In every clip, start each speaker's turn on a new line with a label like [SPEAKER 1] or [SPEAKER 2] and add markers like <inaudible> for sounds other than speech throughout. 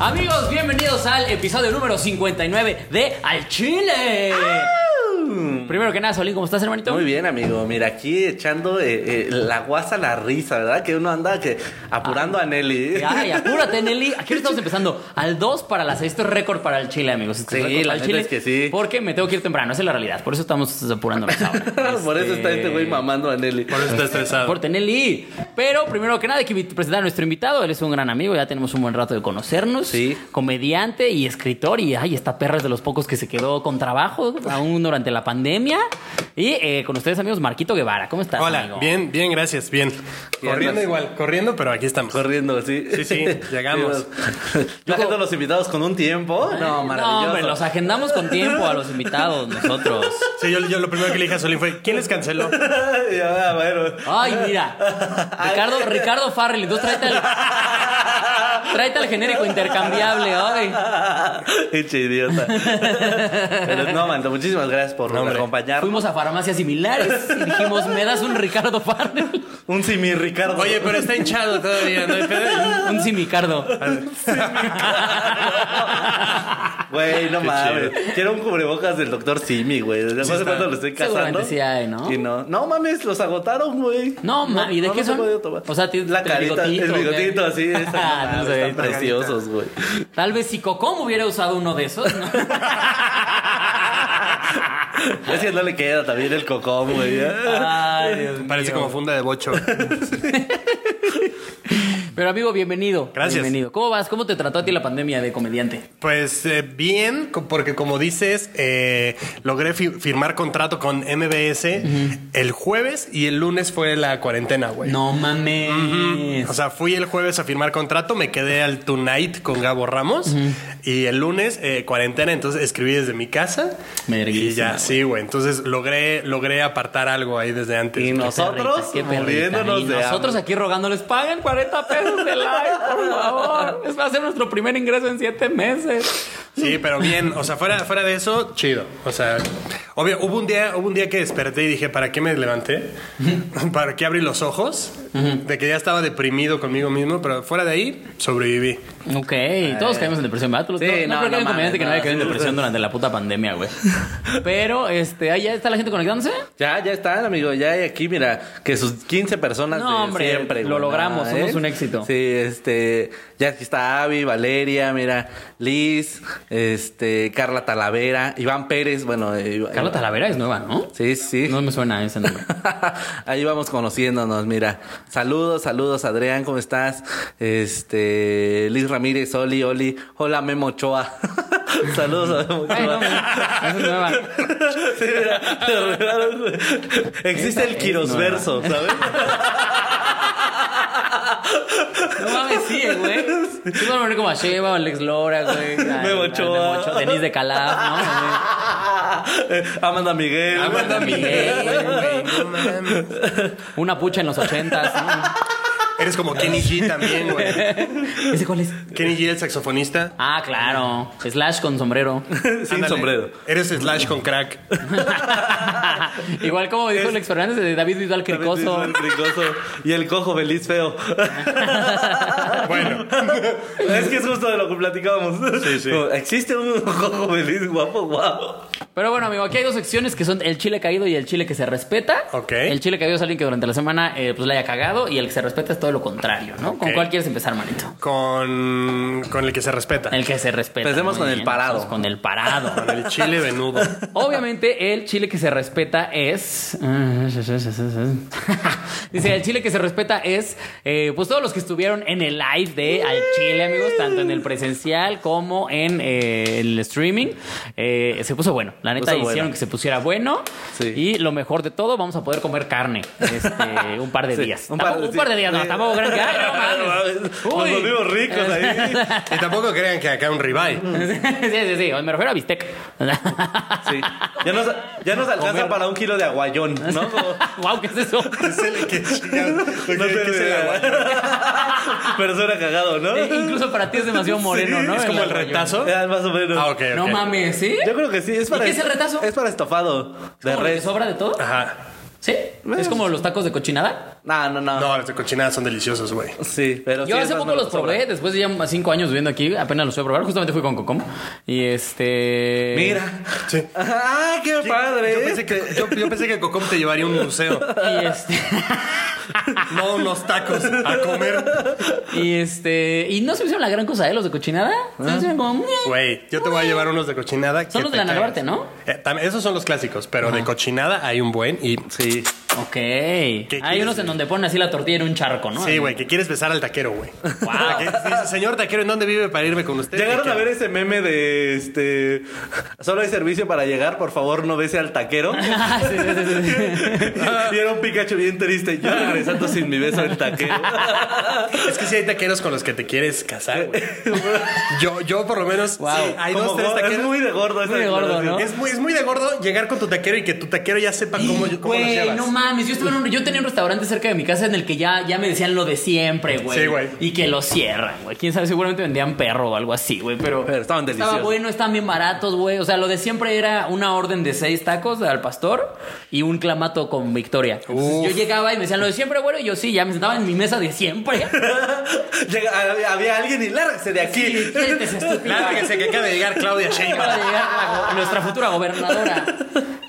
[SPEAKER 1] Amigos, bienvenidos al episodio número 59 de Al Chile. Primero que nada, Solín, ¿cómo estás, hermanito?
[SPEAKER 2] Muy bien, amigo. Mira, aquí echando eh, eh, la guasa a la risa, ¿verdad? Que uno anda que apurando a Nelly.
[SPEAKER 1] Ay, apúrate, Nelly. Aquí ahora estamos empezando al 2 para las 6. Esto es récord para el Chile, amigos. Esto es
[SPEAKER 2] Sí,
[SPEAKER 1] récord para
[SPEAKER 2] la
[SPEAKER 1] el
[SPEAKER 2] neta
[SPEAKER 1] Chile.
[SPEAKER 2] es que sí.
[SPEAKER 1] Porque me tengo que ir temprano, esa es la realidad. Por eso estamos
[SPEAKER 2] <laughs>
[SPEAKER 1] apurándonos ahora.
[SPEAKER 2] <laughs> Por eso está este güey mamando a Nelly.
[SPEAKER 3] Por eso está estresado.
[SPEAKER 1] Por Nelly. Pero primero que nada, hay que presentar a nuestro invitado. Él es un gran amigo, ya tenemos un buen rato de conocernos.
[SPEAKER 2] Sí.
[SPEAKER 1] Comediante y escritor. Y ay, esta perra es de los pocos que se quedó con trabajo aún durante la pandemia. Y eh, con ustedes, amigos, Marquito Guevara. ¿Cómo estás?
[SPEAKER 3] Hola,
[SPEAKER 1] amigo?
[SPEAKER 3] bien, bien, gracias, bien. Corriendo
[SPEAKER 2] andas?
[SPEAKER 3] igual, corriendo, pero aquí estamos.
[SPEAKER 2] Corriendo, sí.
[SPEAKER 3] Sí, sí,
[SPEAKER 2] <laughs>
[SPEAKER 3] llegamos.
[SPEAKER 2] Yo agendo a los invitados con un tiempo. No,
[SPEAKER 1] No, hombre,
[SPEAKER 2] <laughs> maravilloso.
[SPEAKER 1] los agendamos con tiempo a los invitados, nosotros.
[SPEAKER 3] Sí, yo, yo lo primero que le dije a Solín fue, ¿quién les canceló?
[SPEAKER 2] Ya, bueno.
[SPEAKER 1] Ay, mira. Ricardo, Ricardo Farrell, entonces tráete al, tráete al genérico intercambiable, ay.
[SPEAKER 2] Pinche idiota. Pero no, Manto, muchísimas gracias por
[SPEAKER 3] No, hombre.
[SPEAKER 2] acompañarnos.
[SPEAKER 1] Fuimos a farmacias similares y dijimos, me das un Ricardo Farrell.
[SPEAKER 2] Un simi Ricardo.
[SPEAKER 3] Oye, pero está hinchado todavía, ¿no? hay
[SPEAKER 1] <laughs>
[SPEAKER 3] pedo?
[SPEAKER 1] Un simicardo.
[SPEAKER 2] Güey, no
[SPEAKER 3] <laughs> Qué
[SPEAKER 2] mames. Quiero un cubrebocas del doctor Simi, güey. Desde hace
[SPEAKER 3] está.
[SPEAKER 2] cuánto lo estoy casando.
[SPEAKER 1] Seguramente sí hay, ¿no?
[SPEAKER 2] Y no. No mames, los agotaron, güey.
[SPEAKER 1] No, ma, ¿y de qué
[SPEAKER 2] se
[SPEAKER 1] son?
[SPEAKER 2] puede tomar.
[SPEAKER 1] O sea, tiene-
[SPEAKER 2] la
[SPEAKER 1] tiene
[SPEAKER 2] carita, el
[SPEAKER 1] bigotito,
[SPEAKER 2] bigotito,
[SPEAKER 1] ¿ok? <laughs>
[SPEAKER 2] así. esa, no
[SPEAKER 1] Ah, no
[SPEAKER 2] mames,
[SPEAKER 1] sé,
[SPEAKER 2] están
[SPEAKER 1] carita.
[SPEAKER 2] preciosos, güey.
[SPEAKER 1] Tal vez si Cocom hubiera usado uno de esos. ¿no?
[SPEAKER 2] Es que no le queda también el cocón, güey. ¿eh?
[SPEAKER 1] <laughs> Ay, Dios
[SPEAKER 3] Parece
[SPEAKER 1] mío.
[SPEAKER 3] como funda de bocho.
[SPEAKER 1] Pero amigo, bienvenido.
[SPEAKER 3] Gracias.
[SPEAKER 1] Bienvenido. ¿Cómo vas? ¿Cómo te trató a ti la pandemia de comediante?
[SPEAKER 3] Pues eh, bien, co- porque como dices, eh, logré fi- firmar contrato con MBS el jueves y el lunes fue la cuarentena, güey.
[SPEAKER 1] No mames.
[SPEAKER 3] O sea, fui el jueves a firmar contrato, me quedé al Tonight con Gabo Ramos y el lunes eh, cuarentena, entonces escribí desde mi casa
[SPEAKER 1] Verguísima,
[SPEAKER 3] y ya,
[SPEAKER 1] güey.
[SPEAKER 3] sí, güey. Entonces logré logré apartar algo ahí desde antes.
[SPEAKER 2] Y
[SPEAKER 3] güey.
[SPEAKER 2] nosotros
[SPEAKER 1] Qué perrita.
[SPEAKER 2] muriéndonos
[SPEAKER 1] Y
[SPEAKER 2] de
[SPEAKER 1] nosotros
[SPEAKER 2] hambre.
[SPEAKER 1] aquí rogándoles, paguen 40 pesos de like, por <laughs> favor. Es para hacer nuestro primer ingreso en 7 meses.
[SPEAKER 3] Sí, pero bien, o sea, fuera fuera de eso, chido. O sea, obvio, hubo un día hubo un día que desperté y dije, ¿para qué me levanté? ¿Para qué abrí los ojos? De que ya estaba deprimido conmigo mismo, pero fuera de ahí sobreviví.
[SPEAKER 1] Ok, todos caímos en depresión, ¿verdad? Tú-
[SPEAKER 2] Sí, no,
[SPEAKER 1] creo que
[SPEAKER 2] no
[SPEAKER 1] haya un
[SPEAKER 2] mames,
[SPEAKER 1] comediante que Eh. no haya
[SPEAKER 2] no,
[SPEAKER 1] caído en
[SPEAKER 2] sí,
[SPEAKER 1] depresión
[SPEAKER 2] sí.
[SPEAKER 1] durante la puta pandemia, <laughs> güey. Pero, este, ahí ya está la gente conectándose.
[SPEAKER 2] Ya, ya están, amigo. Ya hay aquí, mira, que sus 15 personas
[SPEAKER 1] No,
[SPEAKER 2] de
[SPEAKER 1] hombre,
[SPEAKER 2] siempre.
[SPEAKER 1] lo
[SPEAKER 2] güey,
[SPEAKER 1] logramos,
[SPEAKER 2] nada,
[SPEAKER 1] somos
[SPEAKER 2] ¿eh?
[SPEAKER 1] un éxito.
[SPEAKER 2] Sí, este. Ya aquí está Avi, Valeria, mira, Liz, este, Carla Talavera, Iván Pérez, bueno. eh, Iván-
[SPEAKER 1] Carla Talavera es nueva, ¿no?
[SPEAKER 2] Sí, sí.
[SPEAKER 1] No me suena ese nombre.
[SPEAKER 2] <laughs> Ahí vamos conociéndonos, mira. Saludos, saludos, Adrián, ¿cómo estás? Este, Liz Ramírez, Oli, Oli. Hola, Memo Ochoa. <laughs> saludos a Memo
[SPEAKER 1] <laughs> Ay, no,
[SPEAKER 2] Ochoa.
[SPEAKER 1] esa es nueva.
[SPEAKER 2] <laughs> Sí, mira, te regalaron- Existe
[SPEAKER 1] es
[SPEAKER 2] el Quirosverso,
[SPEAKER 1] <laughs>
[SPEAKER 2] ¿sabes? <laughs>
[SPEAKER 1] No mames, sí, eh, güey. Tú vas a poner como a Sheva, Alex Lora, güey. Ay,
[SPEAKER 2] Memo
[SPEAKER 1] al- <laughs>
[SPEAKER 2] Ochoa.
[SPEAKER 1] Memo Ochoa, Denise de Calaf, ¿no? Güey.
[SPEAKER 2] Eh, Amanda Miguel.
[SPEAKER 1] Amanda Miguel, güey.
[SPEAKER 3] No mames.
[SPEAKER 1] Una pucha en los ochentas, <laughs> ¿no?
[SPEAKER 3] Eres como Kenny G también, güey.
[SPEAKER 1] ¿Ese cuál es?
[SPEAKER 3] Kenny G, el saxofonista.
[SPEAKER 1] Ah, claro. Slash con <laughs> sombrero.
[SPEAKER 2] Sin
[SPEAKER 3] Ándale.
[SPEAKER 2] sombrero.
[SPEAKER 3] Eres slash con crack.
[SPEAKER 1] Igual como dijo Alex Fernández de David Vidal Cricoso.
[SPEAKER 2] El cricoso. Y el cojo
[SPEAKER 1] <laughs>
[SPEAKER 2] feliz feo.
[SPEAKER 3] Bueno,
[SPEAKER 2] es que es justo de lo que platicábamos.
[SPEAKER 3] Sí, sí.
[SPEAKER 2] Como, Existe un cojo feliz guapo, guapo.
[SPEAKER 1] Pero bueno, amigo, aquí hay dos secciones que son el chile caído y el chile que se respeta.
[SPEAKER 3] Ok.
[SPEAKER 1] El chile caído es alguien que durante la semana eh, pues la haya cagado y el que se respeta es todo lo contrario, ¿no? ¿Con
[SPEAKER 3] Ok.
[SPEAKER 1] cuál quieres empezar, manito?
[SPEAKER 3] con, con el que se respeta.
[SPEAKER 1] El que se respeta.
[SPEAKER 2] Empecemos
[SPEAKER 1] muy
[SPEAKER 2] con el parado.
[SPEAKER 1] entonces, Con el parado.
[SPEAKER 3] Con el chile venudo.
[SPEAKER 1] Obviamente, el chile que se respeta es. <laughs> Dice, el chile que se respeta es. eh, pues todos los que estuvieron en el live de Al Chile, amigos, tanto en el presencial como en eh, el streaming. Eh, se puso bueno. La neta
[SPEAKER 2] Puso
[SPEAKER 1] hicieron
[SPEAKER 2] bueno.
[SPEAKER 1] que se pusiera bueno.
[SPEAKER 2] Sí.
[SPEAKER 1] Y lo mejor de todo, vamos a poder comer carne
[SPEAKER 2] <laughs>
[SPEAKER 1] este, un par de
[SPEAKER 2] Sí,
[SPEAKER 1] días. Tampoco- Un, par, de días, no,
[SPEAKER 2] sí.
[SPEAKER 1] tampoco gran que-
[SPEAKER 2] <laughs>
[SPEAKER 1] ay, no mames.
[SPEAKER 2] Nos
[SPEAKER 1] Uy.
[SPEAKER 2] volvimos ricos ahí.
[SPEAKER 3] Y tampoco crean que acá un ribeye.
[SPEAKER 1] <laughs> sí, sí, sí. Me refiero a bistec. <laughs>
[SPEAKER 2] Sí. Ya nos, ya nos alcanza
[SPEAKER 3] Comer.
[SPEAKER 2] para un kilo de
[SPEAKER 1] <laughs>
[SPEAKER 2] aguayón, ¿no? Como-
[SPEAKER 1] wow, ¿qué es eso?
[SPEAKER 3] Es el que chingado.
[SPEAKER 2] No
[SPEAKER 3] ¿Qué-
[SPEAKER 2] te
[SPEAKER 3] qué es el agua?
[SPEAKER 2] <laughs> Pero suena cagado, ¿no?
[SPEAKER 1] Eh, incluso para ti es
[SPEAKER 3] <laughs>
[SPEAKER 1] demasiado moreno, ¿no?
[SPEAKER 3] Es como el
[SPEAKER 1] aguayón.
[SPEAKER 3] retazo.
[SPEAKER 2] Ah, más o menos.
[SPEAKER 3] Ah, ok, ok.
[SPEAKER 1] No mames, ¿sí?
[SPEAKER 2] Yo creo que sí. Es para
[SPEAKER 1] qué es el retazo?
[SPEAKER 2] Es para estofado de
[SPEAKER 1] ¿Como lo que
[SPEAKER 2] res.
[SPEAKER 3] Ah.
[SPEAKER 1] sobra de todo?
[SPEAKER 3] Ajá.
[SPEAKER 1] ¿Sí? ¿Es como los tacos de cochinada?
[SPEAKER 2] No, no, no.
[SPEAKER 3] No, las de cochinada son deliciosas, güey.
[SPEAKER 2] Sí, pero
[SPEAKER 1] Yo
[SPEAKER 2] sí,
[SPEAKER 1] hace
[SPEAKER 2] esas
[SPEAKER 1] poco
[SPEAKER 2] no
[SPEAKER 1] los
[SPEAKER 2] las sobran.
[SPEAKER 1] probé, después de ya cinco años viviendo aquí, apenas los fui a probar. Justamente fui con Cocom. Y este.
[SPEAKER 2] Mira.
[SPEAKER 3] Sí.
[SPEAKER 2] <laughs> ¡Ah, qué padre!
[SPEAKER 3] Yo pensé que, yo, yo pensé que Cocom te llevaría a un museo,
[SPEAKER 1] Y este.
[SPEAKER 3] no unos tacos a comer.
[SPEAKER 1] Y este. Y no se me hicieron la gran cosa, ¿eh? Los de cochinada. Se me hicieron como. "Meh".
[SPEAKER 3] Ah. Güey, yo te voy a llevar unos de cochinada. que
[SPEAKER 1] Son los
[SPEAKER 3] te
[SPEAKER 1] de la
[SPEAKER 3] cagas.
[SPEAKER 1] Narvarte, ¿no?
[SPEAKER 3] Eh, tam- esos son los clásicos, pero de cochinada hay un buen y.
[SPEAKER 2] Sí.
[SPEAKER 1] Ok. Hay
[SPEAKER 3] quieres,
[SPEAKER 1] unos en
[SPEAKER 3] güey?
[SPEAKER 1] donde ponen así la tortilla en un charco, ¿no?
[SPEAKER 3] Sí, güey, que quieres besar al taquero, güey.
[SPEAKER 1] Wow.
[SPEAKER 3] Que dices, Señor taquero, ¿en dónde vive para irme con usted?
[SPEAKER 2] Llegaron
[SPEAKER 3] Y que-
[SPEAKER 2] a ver ese meme de este. Solo hay servicio para llegar, por favor, no bese
[SPEAKER 1] <laughs>
[SPEAKER 2] al taquero. <laughs>
[SPEAKER 1] Ah, <laughs> sí, sí, sí, sí.
[SPEAKER 2] y era un Pikachu bien triste. Yo regresando sin mi beso
[SPEAKER 1] <laughs>
[SPEAKER 2] al taquero.
[SPEAKER 3] Es que sí hay taqueros con los que te quieres casar, güey. yo, yo por lo menos. Sí, hay
[SPEAKER 2] Como
[SPEAKER 3] dos, tres
[SPEAKER 2] go-
[SPEAKER 3] taqueros.
[SPEAKER 2] Es muy de gordo esa
[SPEAKER 1] Muy de gordo, ¿no?
[SPEAKER 2] declaración.
[SPEAKER 3] Es muy, es muy de gordo llegar con tu taquero y que tu taquero ya sepa cómo, cómo los
[SPEAKER 1] Güey,
[SPEAKER 3] llevas.
[SPEAKER 1] no mames. Yo, estuve en un- yo tenía un restaurante cerca de mi casa en el que ya, ya me decían lo de siempre, güey.
[SPEAKER 3] Sí, güey.
[SPEAKER 1] Y que lo cierran, güey. Quién sabe, seguramente vendían perro o algo así, güey. Pero,
[SPEAKER 2] Pero estaban
[SPEAKER 1] Estaba
[SPEAKER 2] deliciosos.
[SPEAKER 1] bueno, estaban bien baratos, güey. O sea, lo de siempre era una orden de seis tacos al pastor y un clamato con Victoria. Entonces, yo llegaba y me decían lo de siempre, güey. Y yo sí, ya me sentaba en mi mesa de siempre.
[SPEAKER 3] <laughs>
[SPEAKER 2] Llega- había, había alguien y lárgase de aquí.
[SPEAKER 1] Sí, gente, Este es estúpida.
[SPEAKER 3] Lárguense que acaba de llegar
[SPEAKER 1] <laughs>
[SPEAKER 3] Claudia
[SPEAKER 1] Acaba
[SPEAKER 3] Sheinbaum.
[SPEAKER 1] de llegar la go- nuestra futura gobernadora.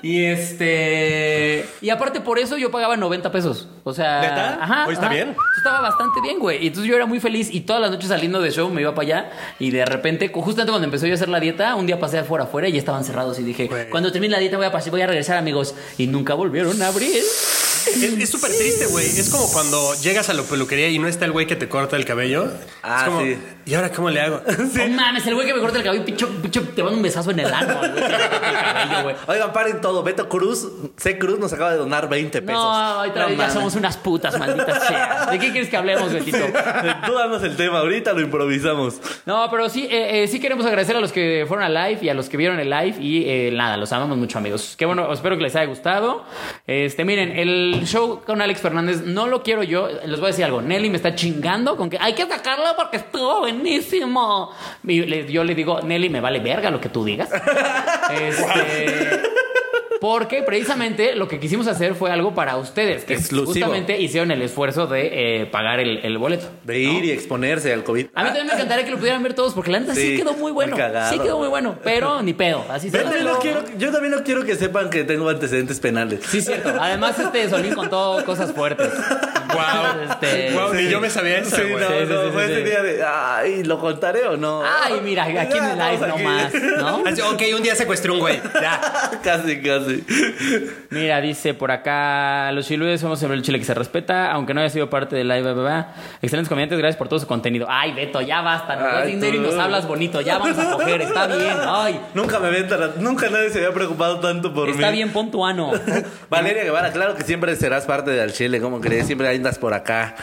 [SPEAKER 1] Y este. Y aparte por eso yo pagaba 90 pesos. O sea.
[SPEAKER 3] ¿Neta? Oye, está bien.
[SPEAKER 1] Estaba bastante bien, güey. Y entonces yo era muy feliz y todas las noches saliendo de show me iba para allá. Y de repente, cu- justamente cuando empezó yo a hacer la dieta, un día pasé afuera afuera y ya estaban cerrados. Y dije,
[SPEAKER 3] Güey.
[SPEAKER 1] cuando termine la dieta voy a pasar, voy a regresar, amigos. Y nunca volvieron a abrir.
[SPEAKER 3] Es es súper triste, güey. Es como cuando llegas a la peluquería y no está el güey que te corta el cabello.
[SPEAKER 2] Ah,
[SPEAKER 3] es como,
[SPEAKER 2] sí.
[SPEAKER 3] ¿y ahora cómo le hago?
[SPEAKER 1] No mames, el güey que me corta el cabello, picho, picho, te van un besazo en el ano, güey. Te corta el cabello,
[SPEAKER 3] <laughs>
[SPEAKER 1] güey.
[SPEAKER 2] Oigan, paren todo. Beto Cruz, C. Cruz nos acaba de donar 20 pesos.
[SPEAKER 1] No, ahorita ya
[SPEAKER 2] mames.
[SPEAKER 1] somos unas putas, malditas sea. ¿De qué quieres que hablemos, Betito?
[SPEAKER 2] <laughs> Tú danos el tema, ahorita lo improvisamos.
[SPEAKER 1] No, pero sí, eh, eh, sí queremos agradecer a los que fueron al live y a los que vieron el live y eh, nada, los amamos mucho amigos. Qué bueno, espero que les haya gustado. Este, miren, el show con Alex Fernández no lo quiero yo. Les voy a decir algo. Nelly me está chingando con que hay que sacarlo porque estuvo buenísimo. Y le- yo le digo, Nelly, me vale verga lo que tú digas. Este, porque precisamente lo que quisimos hacer fue algo para ustedes, que
[SPEAKER 2] Exclusivo.
[SPEAKER 1] justamente hicieron el esfuerzo de eh, pagar el, el boleto.
[SPEAKER 2] De ir y exponerse al COVID.
[SPEAKER 3] Ah,
[SPEAKER 1] A mí también me encantaría que lo pudieran ver todos, porque la neta sí,
[SPEAKER 2] Sí,
[SPEAKER 1] quedó muy bueno.
[SPEAKER 2] muy cagado.
[SPEAKER 1] sí quedó muy bueno,
[SPEAKER 2] <laughs>
[SPEAKER 1] pero ni pedo. Así se
[SPEAKER 2] Yo
[SPEAKER 1] las
[SPEAKER 2] también, no
[SPEAKER 1] pongo.
[SPEAKER 2] quiero, yo también no quiero que sepan que tengo antecedentes penales.
[SPEAKER 1] Sí, cierto. Además, este Solín contó cosas fuertes.
[SPEAKER 3] Wow.
[SPEAKER 1] Este,
[SPEAKER 3] Wow, ni
[SPEAKER 2] Sí.
[SPEAKER 3] yo me sabía eso,
[SPEAKER 2] Sí,
[SPEAKER 3] güey.
[SPEAKER 2] no,
[SPEAKER 1] Sí, sí,
[SPEAKER 2] no,
[SPEAKER 1] sí,
[SPEAKER 2] fue
[SPEAKER 1] sí,
[SPEAKER 2] ese
[SPEAKER 1] sí.
[SPEAKER 2] día de, ay, ¿lo contaré o no?
[SPEAKER 1] Ay, mira, aquí en el
[SPEAKER 2] <laughs> Ya,
[SPEAKER 1] live nomás,
[SPEAKER 2] estamos aquí.
[SPEAKER 1] ¿no?
[SPEAKER 3] Así, ok, un día secuestré un güey. Ya.
[SPEAKER 2] <laughs> casi, casi.
[SPEAKER 1] Mira, dice por acá, los chiludes somos sobre el chile que se respeta, aunque no haya sido parte del live, bla, bla, bla. Excelentes comediantes, gracias por todo su contenido. Ay, Beto, ya basta, nos das
[SPEAKER 2] Ay,
[SPEAKER 1] dinero y
[SPEAKER 2] tú.
[SPEAKER 1] nos hablas bonito, ya vamos a coger, está bien, ay,
[SPEAKER 2] Nunca me habían tratado- nunca nadie se había preocupado tanto por mí.
[SPEAKER 1] está bien, pon tu
[SPEAKER 2] <laughs>
[SPEAKER 1] ano.
[SPEAKER 2] Valeria Guevara, claro que siempre serás parte del Chile, ¿cómo crees? Siempre andas por acá.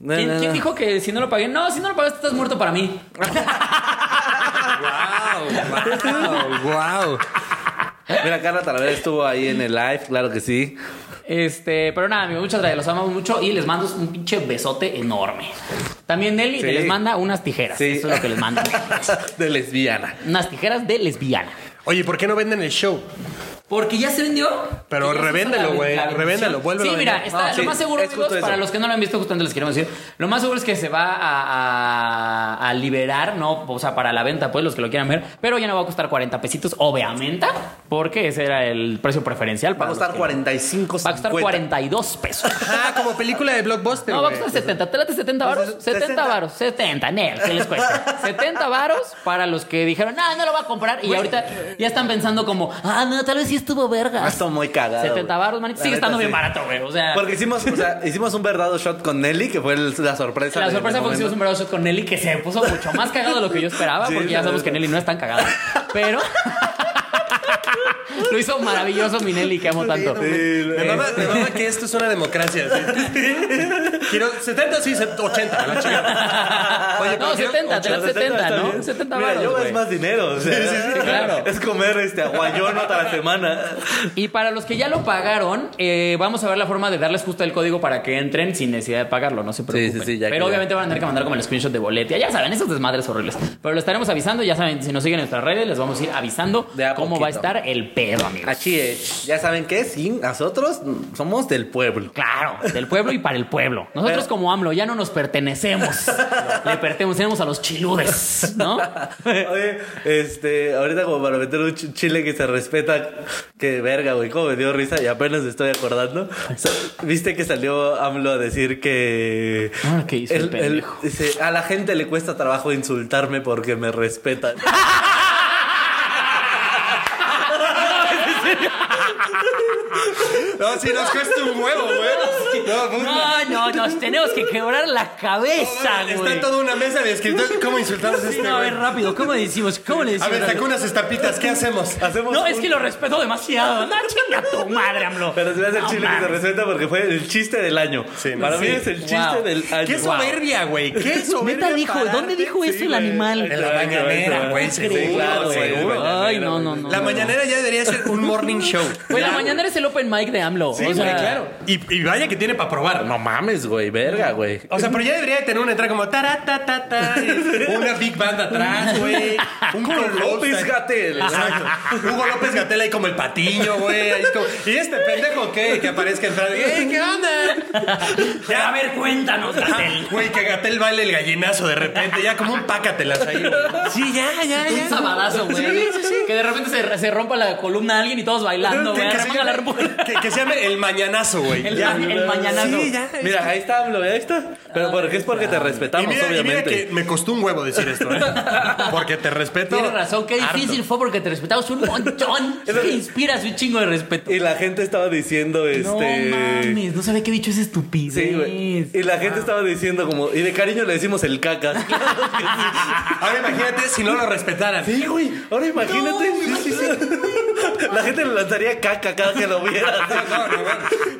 [SPEAKER 2] No,
[SPEAKER 1] ¿Quién,
[SPEAKER 2] no, no.
[SPEAKER 1] quién dijo que si no lo pagué? No, si no lo pagaste estás muerto para mí.
[SPEAKER 3] <laughs> Wow, wow, wow.
[SPEAKER 2] Mira, Carla Talavera estuvo ahí en el live, claro que sí.
[SPEAKER 1] Este, pero nada, amigos, muchas gracias, los amamos mucho y les mando un pinche besote enorme. También Nelly
[SPEAKER 2] Sí.
[SPEAKER 1] que les manda unas tijeras,
[SPEAKER 2] Sí.
[SPEAKER 1] eso es lo que les manda.
[SPEAKER 2] <laughs> De lesbiana.
[SPEAKER 1] unas tijeras de lesbiana.
[SPEAKER 3] Oye, ¿por qué no venden el show?
[SPEAKER 1] Porque ya se vendió. Que
[SPEAKER 3] Pero
[SPEAKER 1] ya se hizo
[SPEAKER 3] revéndelo,
[SPEAKER 1] la-
[SPEAKER 3] güey,
[SPEAKER 1] la bendición.
[SPEAKER 3] revéndelo, vuélvelo
[SPEAKER 1] Sí,
[SPEAKER 3] a
[SPEAKER 1] mira,
[SPEAKER 3] vender.
[SPEAKER 1] está,
[SPEAKER 2] Ah,
[SPEAKER 1] lo
[SPEAKER 2] sí,
[SPEAKER 1] más seguro,
[SPEAKER 2] es justo
[SPEAKER 1] amigos,
[SPEAKER 2] eso.
[SPEAKER 1] para los que no lo han visto, justamente les queremos decir. Lo más seguro es que se va a, a- a liberar, ¿no? O sea, para la venta, pues, los que lo quieran ver. Pero ya no va a costar 40 pesitos, obviamente, porque ese era el precio preferencial.
[SPEAKER 2] Va a
[SPEAKER 1] Para los
[SPEAKER 2] costar
[SPEAKER 1] que-
[SPEAKER 2] 45,
[SPEAKER 1] Va a costar 42
[SPEAKER 2] <laughs>
[SPEAKER 1] pesos.
[SPEAKER 3] Ah, como película de blockbuster.
[SPEAKER 1] No, va a
[SPEAKER 3] güey.
[SPEAKER 1] costar
[SPEAKER 2] pues,
[SPEAKER 1] 70. Trate 70 varos. 70 varos. 70, Nel, ¿qué les
[SPEAKER 2] <laughs>
[SPEAKER 1] cuesta? 70 varos para los que dijeron, no, no lo voy a comprar. Y ahorita ya están pensando como, ah, no, tal vez sí estuvo
[SPEAKER 2] <laughs>
[SPEAKER 1] verga.
[SPEAKER 2] Esto Ah, muy cagado.
[SPEAKER 1] 70
[SPEAKER 2] güey.
[SPEAKER 1] varos, manito.
[SPEAKER 2] La
[SPEAKER 1] Sigue
[SPEAKER 2] neta,
[SPEAKER 1] estando bien
[SPEAKER 2] sí.
[SPEAKER 1] barato, güey. O sea,
[SPEAKER 2] Porque hicimos, o sea, hicimos un verdadero shot con Nelly, que fue el- la sorpresa.
[SPEAKER 1] la
[SPEAKER 2] del
[SPEAKER 1] sorpresa fue que hicimos
[SPEAKER 2] momento.
[SPEAKER 1] un brazo con Nelly que se puso mucho más cagado de lo que yo esperaba,
[SPEAKER 2] Sí,
[SPEAKER 1] porque ya
[SPEAKER 2] la
[SPEAKER 1] sabemos que
[SPEAKER 2] verdad.
[SPEAKER 1] Nelly no es tan cagada. Pero. <laughs> Lo hizo maravilloso mi Nelly, que amo tanto.
[SPEAKER 3] Me mama, me mama que esto es una democracia. ¿sí? Quiero 70, sí, 80, la chingada. Oye,
[SPEAKER 1] No,
[SPEAKER 3] pero quiero
[SPEAKER 1] 70, te dan 70,
[SPEAKER 2] está
[SPEAKER 1] ¿no?
[SPEAKER 2] bien.
[SPEAKER 1] 70
[SPEAKER 2] Mira,
[SPEAKER 1] varos,
[SPEAKER 2] yo
[SPEAKER 1] güey.
[SPEAKER 2] es más dinero. o sea,
[SPEAKER 1] claro.
[SPEAKER 2] Es comer este aguayón otra la semana.
[SPEAKER 1] Y para los que ya lo pagaron, eh, vamos a ver la forma de darles justo el código para que entren sin necesidad de pagarlo, no se preocupen.
[SPEAKER 2] sí, sí, ya
[SPEAKER 1] Pero
[SPEAKER 2] que-
[SPEAKER 1] obviamente van a tener que mandar como el screenshot de boletia, ya saben, esos desmadres horribles. Pero lo estaremos avisando, ya saben, si nos siguen en nuestras redes, les vamos a ir avisando
[SPEAKER 2] De a
[SPEAKER 1] cómo va a
[SPEAKER 2] poquito.
[SPEAKER 1] estar el pedo, amigos.
[SPEAKER 2] Así es. Ya saben que sí, nosotros somos del pueblo.
[SPEAKER 1] Claro, del pueblo y para el pueblo. Nosotros
[SPEAKER 2] Pero-
[SPEAKER 1] como AMLO ya no nos pertenecemos. Le pertenecemos a los chiludes,
[SPEAKER 2] <laughs>
[SPEAKER 1] ¿no?
[SPEAKER 2] Oye, este, ahorita como para meter un ch- chile que se respeta, que verga, güey, como me dio risa y apenas estoy acordando. Sa- Viste que salió AMLO a decir que.
[SPEAKER 1] Ah, ¿qué hizo el pendejo?
[SPEAKER 2] dice, a la gente le cuesta trabajo insultarme porque me
[SPEAKER 1] <laughs>
[SPEAKER 2] respetan.
[SPEAKER 1] Ah,
[SPEAKER 3] No, si nos cuesta un huevo, güey. No, puta.
[SPEAKER 1] No, no, nos tenemos que quebrar la cabeza,
[SPEAKER 3] Está
[SPEAKER 1] güey.
[SPEAKER 3] toda una mesa de escritorio. ¿Cómo insultamos a este
[SPEAKER 1] No, a
[SPEAKER 3] güey?
[SPEAKER 1] ver, rápido, ¿cómo le decimos? ¿Cómo le
[SPEAKER 3] A
[SPEAKER 1] decimos?
[SPEAKER 3] ver, sacó unas estampitas. ¿Qué hacemos?
[SPEAKER 2] Hacemos
[SPEAKER 1] No,
[SPEAKER 2] un-
[SPEAKER 1] es que lo respeto demasiado. No, chinga tu madre, AMLO.
[SPEAKER 2] Pero se me hace el
[SPEAKER 1] No
[SPEAKER 2] chile que se
[SPEAKER 1] mames.
[SPEAKER 2] respeta porque fue el chiste del año.
[SPEAKER 3] Sí,
[SPEAKER 2] para
[SPEAKER 3] sí.
[SPEAKER 2] mí es el chiste
[SPEAKER 1] Wow.
[SPEAKER 2] del año.
[SPEAKER 3] Qué
[SPEAKER 1] Wow.
[SPEAKER 3] soberbia, güey. Qué soberbia.
[SPEAKER 1] Neta dijo,
[SPEAKER 3] pararte.
[SPEAKER 1] ¿dónde dijo eso el
[SPEAKER 3] güey.
[SPEAKER 1] animal?
[SPEAKER 3] En la mañanera, güey.
[SPEAKER 1] Sí,
[SPEAKER 3] seguro,
[SPEAKER 1] claro, güey,
[SPEAKER 3] seguro.
[SPEAKER 1] seguro. Ay, no, no, no.
[SPEAKER 3] La
[SPEAKER 1] no.
[SPEAKER 3] mañanera ya debería ser un morning show.
[SPEAKER 1] Güey, la mañana eres el open mic de AMLO.
[SPEAKER 3] Sí,
[SPEAKER 1] o sea,
[SPEAKER 3] güey, claro. Y, y vaya que tiene para probar.
[SPEAKER 2] No mames, güey, verga, güey.
[SPEAKER 3] O sea, pero ya debería de tener una entrada como taratatata, una big band atrás, güey. Un con
[SPEAKER 2] López Gatel.
[SPEAKER 3] Exacto. Hugo López Gatel ahí como el patiño, güey. ahí como, ¿Y este pendejo qué? Que aparezca entrando. ¡Ey, qué onda! Ya,
[SPEAKER 1] A ver, cuéntanos, Gatel.
[SPEAKER 3] Güey, que Gatel baile el gallinazo de repente. Ya como un pácatelas ahí, güey.
[SPEAKER 2] Sí, ya, ya,
[SPEAKER 1] Un sabadazo, güey. Que de repente se, se rompa la columna a alguien y todos bailando,
[SPEAKER 3] que,
[SPEAKER 1] güey.
[SPEAKER 3] que
[SPEAKER 1] Se
[SPEAKER 3] se
[SPEAKER 1] ponga la
[SPEAKER 3] llame,
[SPEAKER 1] ropa-
[SPEAKER 3] que- que se llame el mañanazo, güey.
[SPEAKER 1] <laughs> El,
[SPEAKER 3] Ya.
[SPEAKER 1] ma- el mañanazo.
[SPEAKER 2] Sí, ya. Mira, ahí está AMLO, ahí está. Pero porque es porque te
[SPEAKER 3] Y
[SPEAKER 2] respetamos,
[SPEAKER 3] mira, y mira
[SPEAKER 2] obviamente.
[SPEAKER 3] que me costó un huevo decir esto, ¿eh? Porque te respeto.
[SPEAKER 1] Tienes razón, qué
[SPEAKER 3] harto.
[SPEAKER 1] difícil fue porque te respetamos un
[SPEAKER 2] <laughs>
[SPEAKER 1] montón. Es que inspiras un chingo de respeto.
[SPEAKER 2] Y la gente estaba diciendo,
[SPEAKER 1] No
[SPEAKER 2] este.
[SPEAKER 1] mames, no sabía qué dicho esa estupidez.
[SPEAKER 2] Sí, güey. Y la gente estaba diciendo como, y de cariño le decimos el caca. <laughs>
[SPEAKER 3] Ahora imagínate si no lo respetaran.
[SPEAKER 2] Sí, güey. Ahora imagínate. Sí, sí, sí. La gente le lanzaría caca cada que lo viera.
[SPEAKER 3] No, no, no.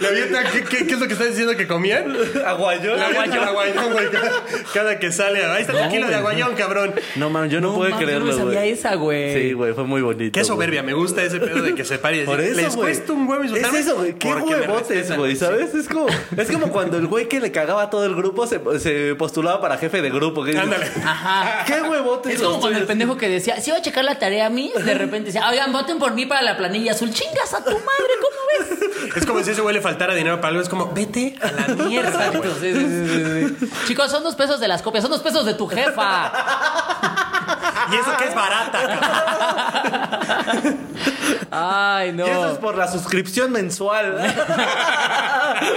[SPEAKER 3] Le avientan- ¿qué, qué, qué es lo que estás diciendo que comían?
[SPEAKER 2] Aguayón.
[SPEAKER 3] Le avientan aguayón, güey. Cada, cada que sale. Ahí está el kilo de aguayón, cabrón.
[SPEAKER 2] No mames, yo no, puedo
[SPEAKER 1] mames,
[SPEAKER 2] creerlo,
[SPEAKER 1] yo no
[SPEAKER 2] güey.
[SPEAKER 1] me sabía esa, güey.
[SPEAKER 2] Sí, güey, fue muy bonito.
[SPEAKER 3] Qué
[SPEAKER 2] güey.
[SPEAKER 3] soberbia, me gusta ese pedo de que se pare y decir,
[SPEAKER 2] Por eso,
[SPEAKER 3] les
[SPEAKER 2] güey.
[SPEAKER 3] cuesta un huevo
[SPEAKER 2] Es
[SPEAKER 3] insultarme
[SPEAKER 2] eso, güey. Qué
[SPEAKER 3] porque me
[SPEAKER 2] huevotes,
[SPEAKER 3] respetan".
[SPEAKER 2] güey, ¿sabes? Es como, es como cuando el güey que le cagaba a todo el grupo se, se postulaba para jefe de grupo. que dices,
[SPEAKER 3] Ándale.
[SPEAKER 1] Ajá.
[SPEAKER 2] <laughs> Qué huevotes.
[SPEAKER 1] Es como
[SPEAKER 2] los
[SPEAKER 1] cuando el
[SPEAKER 2] tuyos.
[SPEAKER 1] pendejo que decía, si iba a checar la tarea a mí, de repente decía, oigan, voten por mí para la planilla azul, chingas a tu madre, ¿cómo ves?
[SPEAKER 3] Es como si a ese güey le faltara dinero para algo, es como, vete a <laughs> la
[SPEAKER 1] <laughs>
[SPEAKER 3] mierda, güey.
[SPEAKER 1] Sí, sí, sí, sí, sí. Chicos, son dos pesos de las copias, son dos pesos de tu jefa.
[SPEAKER 3] Y eso que es barata, cabrón.
[SPEAKER 1] Ay,
[SPEAKER 2] <laughs> Y eso es
[SPEAKER 1] no.
[SPEAKER 2] por la suscripción
[SPEAKER 3] <laughs>
[SPEAKER 2] mensual.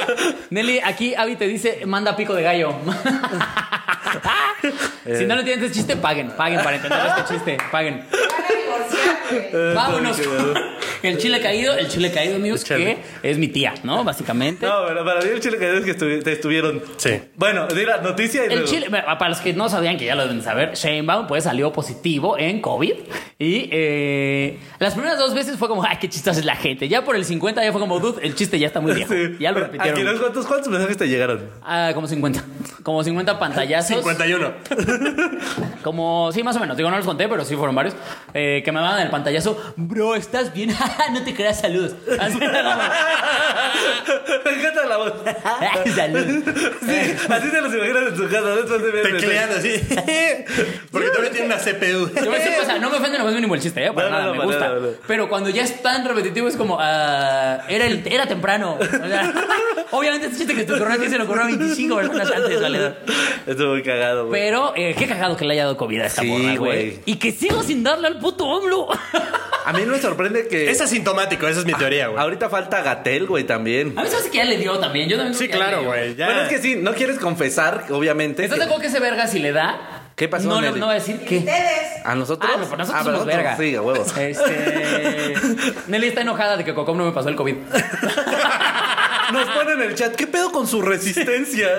[SPEAKER 1] <laughs> Nelly, aquí Avi te dice, manda pico de gallo. <laughs> si no le entiendes el chiste, paguen, paguen para entender este chiste, paguen. Vámonos. El chile caído, el chile caído, amigos, que
[SPEAKER 2] Chale.
[SPEAKER 1] es mi tía, ¿no? Básicamente.
[SPEAKER 2] No, pero para mí el chile que es que estu- te estuvieron.
[SPEAKER 3] Sí.
[SPEAKER 2] Bueno, di la noticia y
[SPEAKER 1] El
[SPEAKER 2] luego.
[SPEAKER 1] Chile, para los que no sabían que ya lo deben saber, Sheinbaum pues salió positivo en COVID y eh, las primeras dos veces fue como, ay, qué chistosa es la gente. Ya por el 50 ya fue como, dude, el chiste ya está muy viejo.
[SPEAKER 2] Sí.
[SPEAKER 1] Ya lo
[SPEAKER 2] Aquí
[SPEAKER 1] repitieron.
[SPEAKER 2] no- ¿cuántos, ¿Cuántos mensajes te llegaron? <laughs>
[SPEAKER 1] Ah, como 50. Como 50 pantallazos.
[SPEAKER 3] 51.
[SPEAKER 1] Como, sí, más o menos. Digo, no los conté, pero sí fueron varios. Eh, que me mandan el pantallazo. Bro, ¿estás bien? <laughs> no te creas, saludos. <laughs>
[SPEAKER 2] <laughs>
[SPEAKER 1] Así,
[SPEAKER 2] Me encanta la voz. <laughs>
[SPEAKER 1] como, saludos.
[SPEAKER 2] Sí, así te los imaginas en tu casa. Después de
[SPEAKER 3] Tecleando así. <laughs> Porque todavía tiene una CPU.
[SPEAKER 1] Te voy a decir,
[SPEAKER 2] <laughs>
[SPEAKER 1] o sea, no me ofende lo más mínimo el chiste, ¿eh? Para
[SPEAKER 2] No, no,
[SPEAKER 1] nada,
[SPEAKER 2] no,
[SPEAKER 1] me
[SPEAKER 2] para
[SPEAKER 1] gusta.
[SPEAKER 2] nada, no.
[SPEAKER 1] Pero cuando ya es tan repetitivo es como, ah, era, el- era temprano. O sea, <laughs> obviamente este chiste que te ocurrió a ti se lo ocurrió a 25 personas antes,
[SPEAKER 2] <laughs>
[SPEAKER 1] Valedor.
[SPEAKER 2] Estuvo muy cagado, güey.
[SPEAKER 1] Pero eh, qué cagado que le haya dado COVID a esta
[SPEAKER 2] Sí,
[SPEAKER 1] morra, güey.
[SPEAKER 2] güey.
[SPEAKER 1] Y que sigo sin darle al puto <laughs> AMLO.
[SPEAKER 2] A mí me sorprende que
[SPEAKER 3] Es asintomático, esa es mi teoría, güey.
[SPEAKER 2] ahorita falta Gatel, güey, también.
[SPEAKER 1] A mí se me hace que ya le dio también. Yo también creo
[SPEAKER 3] Sí,
[SPEAKER 1] que ya le
[SPEAKER 3] claro,
[SPEAKER 1] dio.
[SPEAKER 3] güey. ya.
[SPEAKER 2] Bueno, es que sí, no quieres confesar, obviamente.
[SPEAKER 1] ¿Estás de
[SPEAKER 2] que-
[SPEAKER 1] acuerdo que ese verga si le da?
[SPEAKER 2] ¿Qué pasó,
[SPEAKER 1] No, le-
[SPEAKER 2] Nelly?
[SPEAKER 1] no va a decir que...
[SPEAKER 4] Ustedes.
[SPEAKER 2] ¿A nosotros?
[SPEAKER 1] Ah, no, pero nosotros
[SPEAKER 2] Ah, pero
[SPEAKER 1] somos verga.
[SPEAKER 2] Sí, a
[SPEAKER 1] <laughs>
[SPEAKER 2] huevos.
[SPEAKER 1] Este... Nelly está enojada de que Cocom no me pasó el COVID.
[SPEAKER 2] Nos ponen en el chat, ¿qué pedo con su resistencia?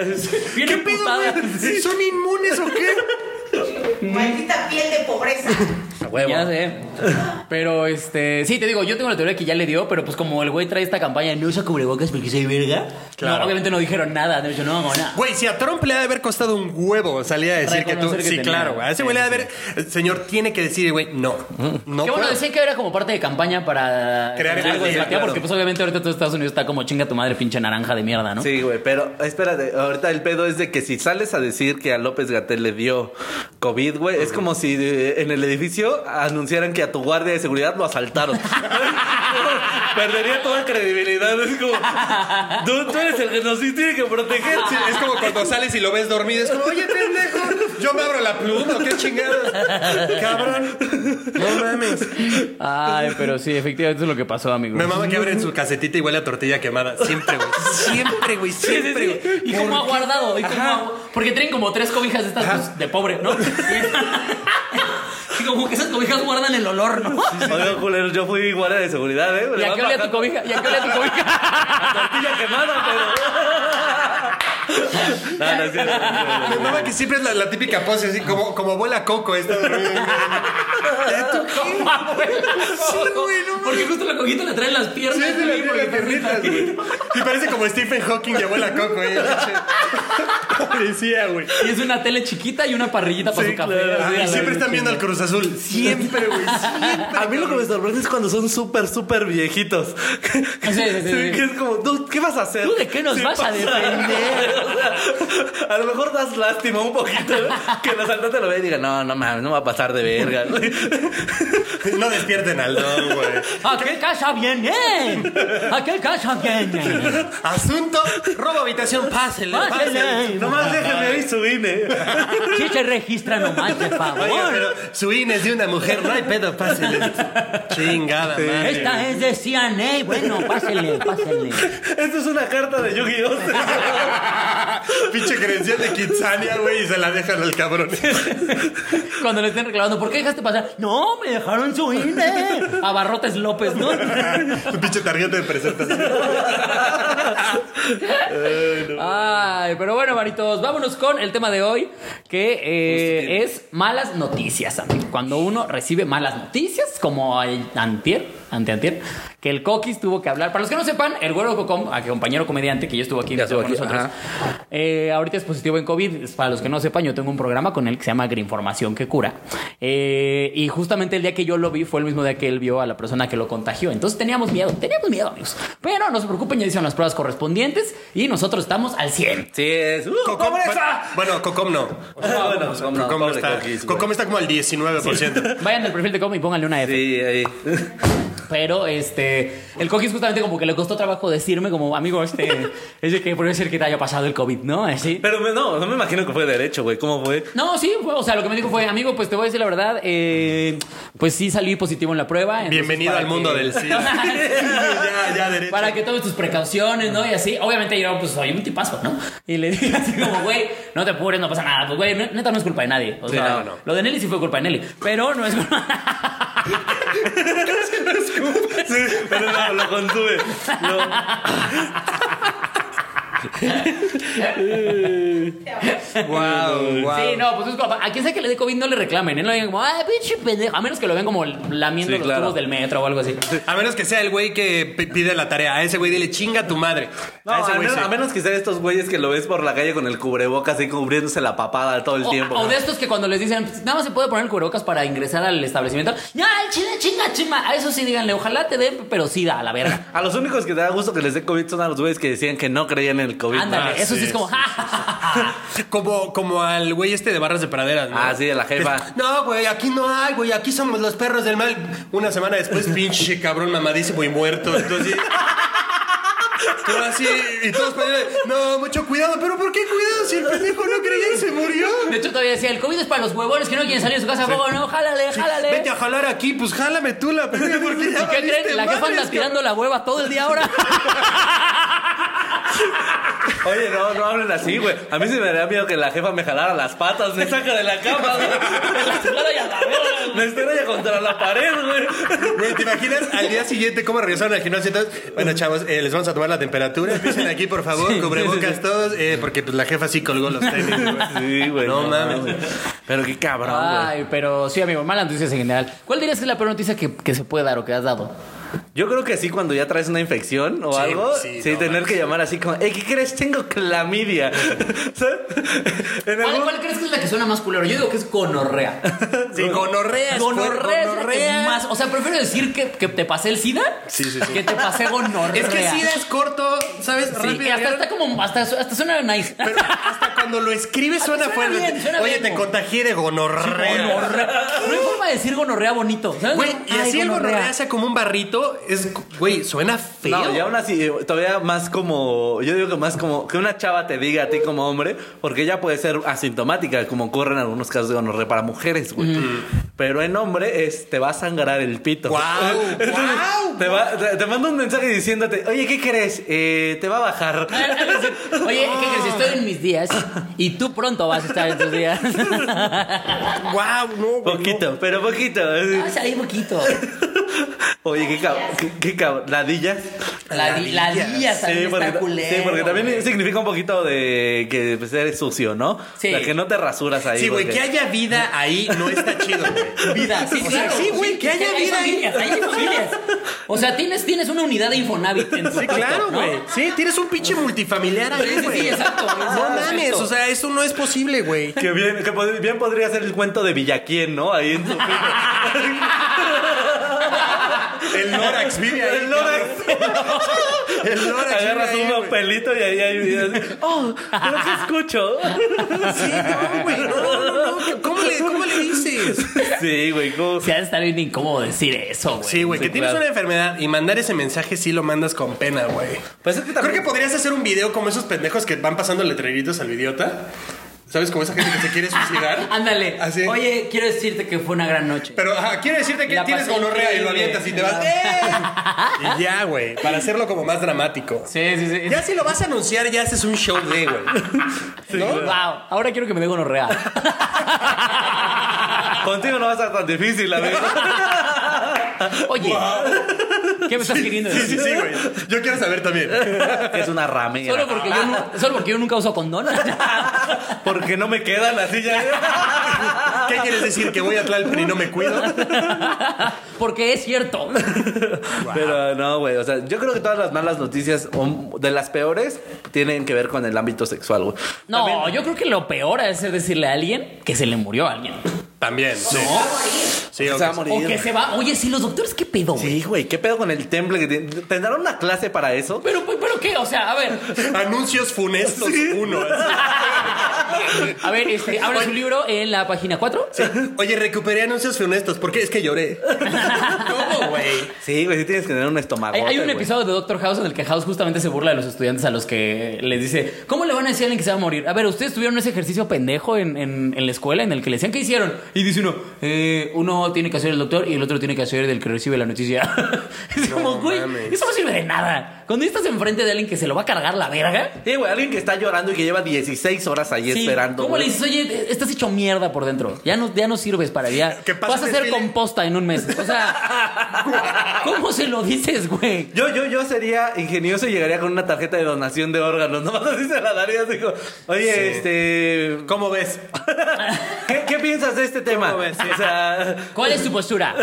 [SPEAKER 1] Bien
[SPEAKER 2] ¿Qué pedo,
[SPEAKER 1] emputada.
[SPEAKER 3] <laughs>
[SPEAKER 2] güey? ¿Son inmunes o qué?
[SPEAKER 4] Maldita piel de pobreza.
[SPEAKER 2] A huevo.
[SPEAKER 1] Ya sé. Pero este, sí, te digo, yo tengo la teoría que ya le dio, pero pues como el güey trae esta campaña, no usa cubrebocas porque soy verga. No, obviamente no dijeron nada. De hecho, no hago nada.
[SPEAKER 3] Güey, si a Trump le ha de haber costado un huevo salir a decir que tú.
[SPEAKER 1] Reconocer que
[SPEAKER 3] sí,
[SPEAKER 1] tenía.
[SPEAKER 3] claro, güey. A ese güey le ha de haber. el Señor tiene que decir, güey, no. No
[SPEAKER 1] Qué bueno,
[SPEAKER 3] puedo.
[SPEAKER 1] decían que era como parte de campaña para
[SPEAKER 3] Crear
[SPEAKER 1] algo de
[SPEAKER 3] empatía,
[SPEAKER 1] empatía,
[SPEAKER 3] claro.
[SPEAKER 1] porque pues obviamente ahorita todo Estados Unidos está como chinga tu madre, pinche naranja de mierda, ¿no?
[SPEAKER 2] Sí, güey, pero espérate, ahorita el pedo es de que si sales a decir que a López Gatel le dio COVID, güey, es como si eh, en el edificio anunciaran que a tu guardia de seguridad lo asaltaron. <laughs> Perdería toda credibilidad, es como, tú, tú eres el que nos tiene que proteger.
[SPEAKER 3] Sí, es como cuando sales y lo ves dormido. Es como, oye, pendejo, yo me abro la pluma,
[SPEAKER 1] <laughs>
[SPEAKER 3] qué chingada. Cabrón. No mames.
[SPEAKER 1] Ay, pero sí, efectivamente es lo que pasó, amigo.
[SPEAKER 3] Me mama que abren su casetita y huele a tortilla quemada. Siempre, güey. Siempre, güey. Siempre, güey.
[SPEAKER 1] ¿Y cómo ha guardado? ¿Y cómo ha- Porque tienen como tres cobijas de estas pues, de pobre, ¿no? Y como que esas cobijas guardan el olor, ¿no?
[SPEAKER 2] Oiga, culero, yo fui guardia de seguridad, ¿eh?
[SPEAKER 1] ¿Y
[SPEAKER 2] Le
[SPEAKER 1] a
[SPEAKER 2] van
[SPEAKER 1] qué olía tu
[SPEAKER 2] bajando
[SPEAKER 1] cobija? ¿Y a qué olía tu cobija?
[SPEAKER 2] la tortilla quemada, pero... <laughs> No, no es cierto, no es cierto.
[SPEAKER 3] Me mama que siempre es la, la típica pose, así como, como abuela Coco.
[SPEAKER 1] <laughs>
[SPEAKER 3] Esta.
[SPEAKER 1] ¿Cómo, abuela?
[SPEAKER 3] güey, no mames.
[SPEAKER 1] Porque justo la cojita le traen las piernas.
[SPEAKER 3] Sí, sí, le
[SPEAKER 1] güey,
[SPEAKER 3] abrió
[SPEAKER 1] porque
[SPEAKER 3] las piernitas,
[SPEAKER 1] perrita.
[SPEAKER 3] güey. <laughs> Y parece como Stephen Hawking y abuela Coco, ¿eh? güey. Policía, güey.
[SPEAKER 1] Y es una tele chiquita y una parrillita para su café. así,
[SPEAKER 2] claro.
[SPEAKER 1] a
[SPEAKER 3] Ah,
[SPEAKER 1] la
[SPEAKER 3] y siempre
[SPEAKER 1] verga,
[SPEAKER 3] están viendo al Cruz Azul. Siempre, güey. Siempre.
[SPEAKER 2] A mí lo que me sorprende es cuando son súper, súper viejitos.
[SPEAKER 1] sí, sí, sí.
[SPEAKER 2] Que es como, "Dude, ¿qué vas a hacer?
[SPEAKER 1] ¿Tú de qué nos
[SPEAKER 2] Sí
[SPEAKER 1] vas a
[SPEAKER 2] pasa".
[SPEAKER 1] defender?
[SPEAKER 2] O sea, <laughs> a lo mejor das lástima un poquito. ¿eh? Que el asaltante lo ve y diga, no, no mames, no va a pasar de verga. <laughs>
[SPEAKER 3] No despierten al don, güey.
[SPEAKER 1] Aquel casa viene. Aquel casa viene.
[SPEAKER 3] Asunto, robo habitación, pásele.
[SPEAKER 1] Pásele.
[SPEAKER 3] pásele.
[SPEAKER 2] Nomás déjame ahí su E. INE.
[SPEAKER 1] Si se registra nomás, por
[SPEAKER 3] Oiga,
[SPEAKER 1] favor.
[SPEAKER 3] pero su INE es de una mujer, no hay pedo, pásele. Chingada, madre.
[SPEAKER 1] Esta es de CNA. Bueno, pásenle, pásenle.
[SPEAKER 2] Esto es una carta de Yu-Gi-Oh!
[SPEAKER 3] Pinche credencial de Kitsania, güey, y se la dejan al <laughs> cabrón.
[SPEAKER 1] Cuando le estén reclamando, ¿por qué dejaste pasar? No, me dejaron su INE. Abarrotes López, ¿no?
[SPEAKER 3] Pinche tarjeta de presentación.
[SPEAKER 1] Ay, pero bueno, maritos, vámonos con el tema de hoy, que eh, es malas noticias, amigo. Cuando uno recibe malas noticias, como el antier, anteantier, que el Coquis tuvo que hablar. Para los que no sepan, el güero Cocom, a que compañero comediante que yo estuvo aquí,
[SPEAKER 2] Ya
[SPEAKER 1] estuvo
[SPEAKER 2] estuvo
[SPEAKER 1] con
[SPEAKER 2] aquí,
[SPEAKER 1] nosotros, eh, ahorita es positivo en COVID. Para los que no sepan, yo tengo un programa con él que se llama Información que cura. Eh, y justamente el día que yo lo vi fue el mismo día que él vio a la persona que lo contagió. Entonces teníamos miedo, teníamos miedo, amigos. Pero no se preocupen, ya hicieron las pruebas correspondientes y nosotros estamos al 100.
[SPEAKER 2] Sí, es. ¡Uh,
[SPEAKER 3] Cocom-
[SPEAKER 2] ¡Pobreza!
[SPEAKER 3] Bueno, Cocom no.
[SPEAKER 2] <laughs> Bueno, pues, Cocom no,
[SPEAKER 3] Cocom,
[SPEAKER 2] pobre
[SPEAKER 3] está,
[SPEAKER 2] Coquis, güey.
[SPEAKER 3] Cocom está como al 19%.
[SPEAKER 1] Vayan al perfil de Com y pónganle una F.
[SPEAKER 2] Sí, ahí.
[SPEAKER 1] Pero este, el Coquis justamente como que le costó trabajo decirme, como amigo, este, es de que puede ser que te haya pasado el COVID, ¿no? Así.
[SPEAKER 2] Pero me- no, no me imagino que fue derecho, güey.
[SPEAKER 1] <laughs>
[SPEAKER 2] ¿Cómo fue?
[SPEAKER 1] No, sí, fue- o sea, lo que me dijo fue, amigo, pues te voy a decir la verdad, eh, pues sí salí positivo en la prueba. entonces,
[SPEAKER 3] Bienvenido
[SPEAKER 1] para
[SPEAKER 3] al mundo
[SPEAKER 1] que-
[SPEAKER 3] del <laughs> cine. ya, ya, derecho.
[SPEAKER 1] Para que tomes tus precauciones, ¿no? Y así, obviamente yo, pues soy un tipazo, ¿no? Y le dije así como, güey, no te apures, no pasa nada. Pues, güey, ne- neta no es culpa de nadie. O
[SPEAKER 2] Sí,
[SPEAKER 1] sea,
[SPEAKER 2] no, no.
[SPEAKER 1] lo de Nelly sí fue culpa de Nelly, pero no es culpa.
[SPEAKER 2] Sí, pero no, lo contuve. Lo-
[SPEAKER 3] Wow, wow.
[SPEAKER 1] Sí, no, pues es culpa. A quien sea que le dé COVID no le reclamen, ¿eh? No le digan como, ah, pinche pendejo. A menos que lo vean como lamiendo
[SPEAKER 2] Sí,
[SPEAKER 1] los
[SPEAKER 2] claro.
[SPEAKER 1] tubos del metro o algo así.
[SPEAKER 3] A menos que sea el güey que p- pide la tarea. A ese güey dile chinga a tu madre.
[SPEAKER 2] No,
[SPEAKER 3] a ese
[SPEAKER 2] a,
[SPEAKER 3] güey
[SPEAKER 2] menos,
[SPEAKER 3] sí.
[SPEAKER 2] a menos que sean estos güeyes que lo ves por la calle con el cubrebocas y cubriéndose la papada todo el
[SPEAKER 1] O,
[SPEAKER 2] tiempo.
[SPEAKER 1] o
[SPEAKER 2] güey.
[SPEAKER 1] de estos que cuando les dicen, "Pues, nada más se puede poner el cubrebocas para ingresar al establecimiento. Ya, chinga, chinga, chinga. A eso sí díganle, ojalá te den, pero sida, a la
[SPEAKER 2] <laughs>
[SPEAKER 1] verga.
[SPEAKER 2] A los únicos que te da gusto que les dé COVID son a los güeyes que decían que no creían en el COVID.
[SPEAKER 1] Ándale,
[SPEAKER 3] Ah,
[SPEAKER 1] eso sí,
[SPEAKER 3] sí,
[SPEAKER 1] es como,
[SPEAKER 3] sí,
[SPEAKER 1] ja, <laughs> ja, ja, ja, ja".
[SPEAKER 3] Como, como al güey este de barras de praderas, ¿no?
[SPEAKER 2] Ah, sí, de la jefa.
[SPEAKER 3] No, güey, aquí no hay, güey, aquí somos los perros del mal. Una semana <laughs> después, pinche cabrón mamadísimo y muerto. Entonces. Todo así, y todos poniendo, no, mucho cuidado, pero ¿por qué cuidado si el pendejo no creía y se murió?
[SPEAKER 1] De hecho, todavía decía, el COVID es para los huevones que no quieren salir de su casa a poco, no, jálale, jálale.
[SPEAKER 3] Vete a jalar aquí, pues jálame tú
[SPEAKER 1] <laughs>
[SPEAKER 3] la pendeja, porque ya
[SPEAKER 1] ¿Y qué
[SPEAKER 3] valiste
[SPEAKER 1] creen? La jefa
[SPEAKER 3] madres,
[SPEAKER 1] anda tirando la hueva todo el día
[SPEAKER 3] <laughs>
[SPEAKER 1] ahora.
[SPEAKER 2] Oye, no, no hablen así, güey. A mí se me da miedo que la jefa me jalara las patas, me saca de la cama, güey.
[SPEAKER 1] La señora ya la verga.
[SPEAKER 2] Me estrella contra la pared, güey.
[SPEAKER 3] Güey, ¿te imaginas al día siguiente cómo regresaron al gimnasio y todos? Bueno, chavos, eh, les vamos a tomar la temperatura. Empiecen aquí, por favor, cubrebocas todos, eh, porque pues la jefa sí colgó los tenis.
[SPEAKER 2] Sí, güey.
[SPEAKER 3] No mames.
[SPEAKER 2] Pero qué cabrón, güey.
[SPEAKER 1] Ay, pero sí, amigo, malas noticias en general. ¿Cuál dirías que es la peor noticia que, que se puede dar o que has dado?
[SPEAKER 2] Yo creo que sí, cuando ya traes una infección o
[SPEAKER 3] Sí,
[SPEAKER 2] algo, sí,
[SPEAKER 3] sí, no
[SPEAKER 2] tener
[SPEAKER 3] manches.
[SPEAKER 2] que llamar así como, "Ey, ¿qué crees? Tengo
[SPEAKER 3] <laughs>
[SPEAKER 2] clamidia. ¿Sabes? En
[SPEAKER 1] ¿Cuál,
[SPEAKER 2] algún-
[SPEAKER 1] cuál crees que es la que suena más culero? Yo digo que es gonorrea.
[SPEAKER 3] Sí, gonorrea. <laughs> es
[SPEAKER 1] Gonorrea es la
[SPEAKER 3] gonorrea.
[SPEAKER 1] que más. O sea, prefiero decir que, que te pasé el SIDA
[SPEAKER 3] Sí, sí, sí.
[SPEAKER 1] que te pasé gonorrea.
[SPEAKER 3] Es que SIDA es corto, ¿sabes?
[SPEAKER 1] Sí,
[SPEAKER 3] Rápido.
[SPEAKER 1] y hasta está como. Hasta, hasta suena nice.
[SPEAKER 3] Pero hasta cuando
[SPEAKER 1] <laughs>
[SPEAKER 3] lo escribes suena,
[SPEAKER 1] Suena
[SPEAKER 3] fuerte.
[SPEAKER 1] bien, suena
[SPEAKER 3] Oye,
[SPEAKER 1] bien,
[SPEAKER 3] te
[SPEAKER 1] güey.
[SPEAKER 3] contagié de gonorrea.
[SPEAKER 1] No hay forma de decir gonorrea bonito. ¿sabes?
[SPEAKER 3] Güey, y
[SPEAKER 1] Ay,
[SPEAKER 3] así el gonorrea sea como un barrito, es, güey, suena feo.
[SPEAKER 2] No, y aún así, eh, todavía más como, yo digo que más como, que una chava te diga a ti como hombre, porque ella puede ser asintomática, como ocurre en algunos casos de gonorrea para mujeres, güey. Pero en hombre es, te va a sangrar el pito.
[SPEAKER 1] <laughs>
[SPEAKER 3] Guau,
[SPEAKER 2] Entonces,
[SPEAKER 3] guau,
[SPEAKER 2] te, va- te- te manda un mensaje diciéndote, oye, ¿qué crees? Eh, te va a
[SPEAKER 3] <laughs>
[SPEAKER 2] bajar.
[SPEAKER 1] A ver, a ver, sí. <laughs> Oye, ¿qué crees? Estoy en mis días y tú pronto vas a estar en tus
[SPEAKER 3] <laughs>
[SPEAKER 1] días.
[SPEAKER 3] Guau, no, güey, no.
[SPEAKER 2] Poquito, pero poquito.
[SPEAKER 3] Ah,
[SPEAKER 1] Vas ahí Ah, poquito.
[SPEAKER 2] Oye, qué cabrón, qué cabrón, ladillas.
[SPEAKER 1] La, di- la día también está
[SPEAKER 2] porque,
[SPEAKER 1] culero.
[SPEAKER 2] sí, porque también
[SPEAKER 1] güey.
[SPEAKER 2] significa un poquito de que pues, eres sucio, ¿no?
[SPEAKER 1] Sí.
[SPEAKER 2] O sea, que no te rasuras ahí.
[SPEAKER 3] Sí, güey,
[SPEAKER 2] porque-
[SPEAKER 3] que haya vida ahí no está chido, güey.
[SPEAKER 1] Vida, sí,
[SPEAKER 3] O sea,
[SPEAKER 1] claro.
[SPEAKER 3] sí, güey, que haya
[SPEAKER 1] hay
[SPEAKER 3] vida ahí.
[SPEAKER 1] familias, hay familias. O sea, tienes, tienes una unidad de Infonavit en tu
[SPEAKER 3] Sí, claro, güey. Sí, tienes un pinche multifamiliar
[SPEAKER 1] Sí,
[SPEAKER 3] ahí,
[SPEAKER 1] sí, sí,
[SPEAKER 3] güey.
[SPEAKER 1] exacto.
[SPEAKER 3] No mames, o sea, eso no es posible, güey.
[SPEAKER 2] Que bien, que pod- bien podría ser el cuento de Villaquién, ¿no? Ahí
[SPEAKER 3] <laughs>
[SPEAKER 2] en su
[SPEAKER 3] El Norax vive ahí.
[SPEAKER 2] El Lorax.
[SPEAKER 3] El Norax
[SPEAKER 2] Agarras
[SPEAKER 3] vive ahí,
[SPEAKER 2] un
[SPEAKER 3] güey.
[SPEAKER 2] papelito y ahí hay
[SPEAKER 3] <laughs>
[SPEAKER 2] videos. Oh, los escucho.
[SPEAKER 3] Sí, no, güey. No, no, no. ¿Cómo le, cómo le dices?
[SPEAKER 2] Sí, güey, ¿cómo?
[SPEAKER 1] Se ha de estar bien incómodo decir eso, güey.
[SPEAKER 3] Sí, güey, que tienes una enfermedad y mandar ese mensaje sí lo mandas con pena, güey.
[SPEAKER 2] Pues es que
[SPEAKER 3] Creo
[SPEAKER 2] también-
[SPEAKER 3] que podrías hacer un video como esos pendejos que van pasando letreritos al idiota. ¿Sabes? Como esa gente que se
[SPEAKER 2] <laughs>
[SPEAKER 3] quiere suicidar.
[SPEAKER 1] <laughs> Ándale.
[SPEAKER 3] Así.
[SPEAKER 1] Oye, quiero decirte que fue una gran noche.
[SPEAKER 3] Pero ajá, quiero decirte que
[SPEAKER 1] La
[SPEAKER 3] tienes
[SPEAKER 1] pasé
[SPEAKER 3] gonorrea y lo
[SPEAKER 1] increíble.
[SPEAKER 3] avientas y
[SPEAKER 2] <laughs>
[SPEAKER 3] te vas. ¡Eh! Y ya, güey. Para hacerlo como más dramático.
[SPEAKER 5] Sí, sí, sí.
[SPEAKER 3] Ya si lo vas a anunciar, ya haces un show de, güey. ¿No?
[SPEAKER 1] Wow. Ahora quiero que me dé gonorrea.
[SPEAKER 2] Contigo no va a estar tan difícil, la
[SPEAKER 3] <laughs>
[SPEAKER 2] verdad.
[SPEAKER 1] Oye, ¿qué me estás queriendo
[SPEAKER 3] Sí,
[SPEAKER 1] decir?
[SPEAKER 3] sí, sí, güey. Yo quiero saber también.
[SPEAKER 2] Que es una ramera.
[SPEAKER 1] Solo porque, yo nu- solo porque yo nunca uso condón. <laughs>
[SPEAKER 2] Porque no me quedan así ya.
[SPEAKER 3] ¿Qué quieres decir? ¿Que voy a Tlalpan y no me cuido?
[SPEAKER 1] porque es cierto.
[SPEAKER 2] Pero no, güey. O sea, yo creo que todas las malas noticias, um, de las peores, tienen que ver con el ámbito sexual, güey.
[SPEAKER 1] No, yo creo que lo peor es decirle a alguien que se le murió a alguien.
[SPEAKER 3] También. Sí. Sí,
[SPEAKER 2] Se
[SPEAKER 3] ok.
[SPEAKER 2] va a morir.
[SPEAKER 1] O que se va. Oye, sí, los doctores, ¿qué pedo, güey?
[SPEAKER 2] Sí, güey, ¿qué pedo con el temple? que tiene? ¿Tendrán una clase para eso?
[SPEAKER 1] Pero, pero, pero, ¿qué? O sea, a ver,
[SPEAKER 3] Anuncios funestos uno. así.
[SPEAKER 1] a ver, este, abra su libro en la página 4.
[SPEAKER 3] Oye, recuperé anuncios funestos. ¿Por qué? Es
[SPEAKER 2] <laughs>
[SPEAKER 3] que lloré. ¿Cómo, güey?
[SPEAKER 2] Sí, güey, sí tienes que tener un estómago.
[SPEAKER 1] Hay, hay un episodio de Doctor House en el que House justamente se burla de los estudiantes a los que les dice, ¿cómo le van a decir a alguien que se va a morir? A ver, ustedes tuvieron ese ejercicio pendejo en, en- en la escuela en el que le decían, ¿qué hicieron? Y dice uno, "Eh, uno tiene que hacer el doctor y el otro tiene que hacer del que recibe la noticia. <laughs> es como, güey,
[SPEAKER 3] mames.
[SPEAKER 1] eso no sirve de nada. Cuando estás enfrente de alguien que se lo va a cargar la verga.
[SPEAKER 2] Sí, güey, alguien que está llorando y que lleva 16 horas ahí
[SPEAKER 1] sí,
[SPEAKER 2] esperando.
[SPEAKER 1] ¿Cómo
[SPEAKER 2] güey.
[SPEAKER 1] le dices, oye, estás hecho mierda por dentro? Ya no, ya no sirves para allá.
[SPEAKER 3] <laughs> Que pase
[SPEAKER 1] Vas a
[SPEAKER 3] el
[SPEAKER 1] hacer
[SPEAKER 3] desfile.
[SPEAKER 1] composta en un mes. O sea,
[SPEAKER 3] <laughs>
[SPEAKER 1] ¿cómo se lo dices, güey?
[SPEAKER 2] Yo, yo, yo sería ingenioso y llegaría con una tarjeta de donación de órganos. <laughs> Nomás así se la daría. así como, oye, este.
[SPEAKER 3] ¿Cómo ves?
[SPEAKER 2] ¿Qué, qué piensas de este tema?
[SPEAKER 3] ves? Sí.
[SPEAKER 1] <laughs>
[SPEAKER 2] O sea.
[SPEAKER 1] ¿Cuál es tu
[SPEAKER 3] <laughs>
[SPEAKER 1] postura?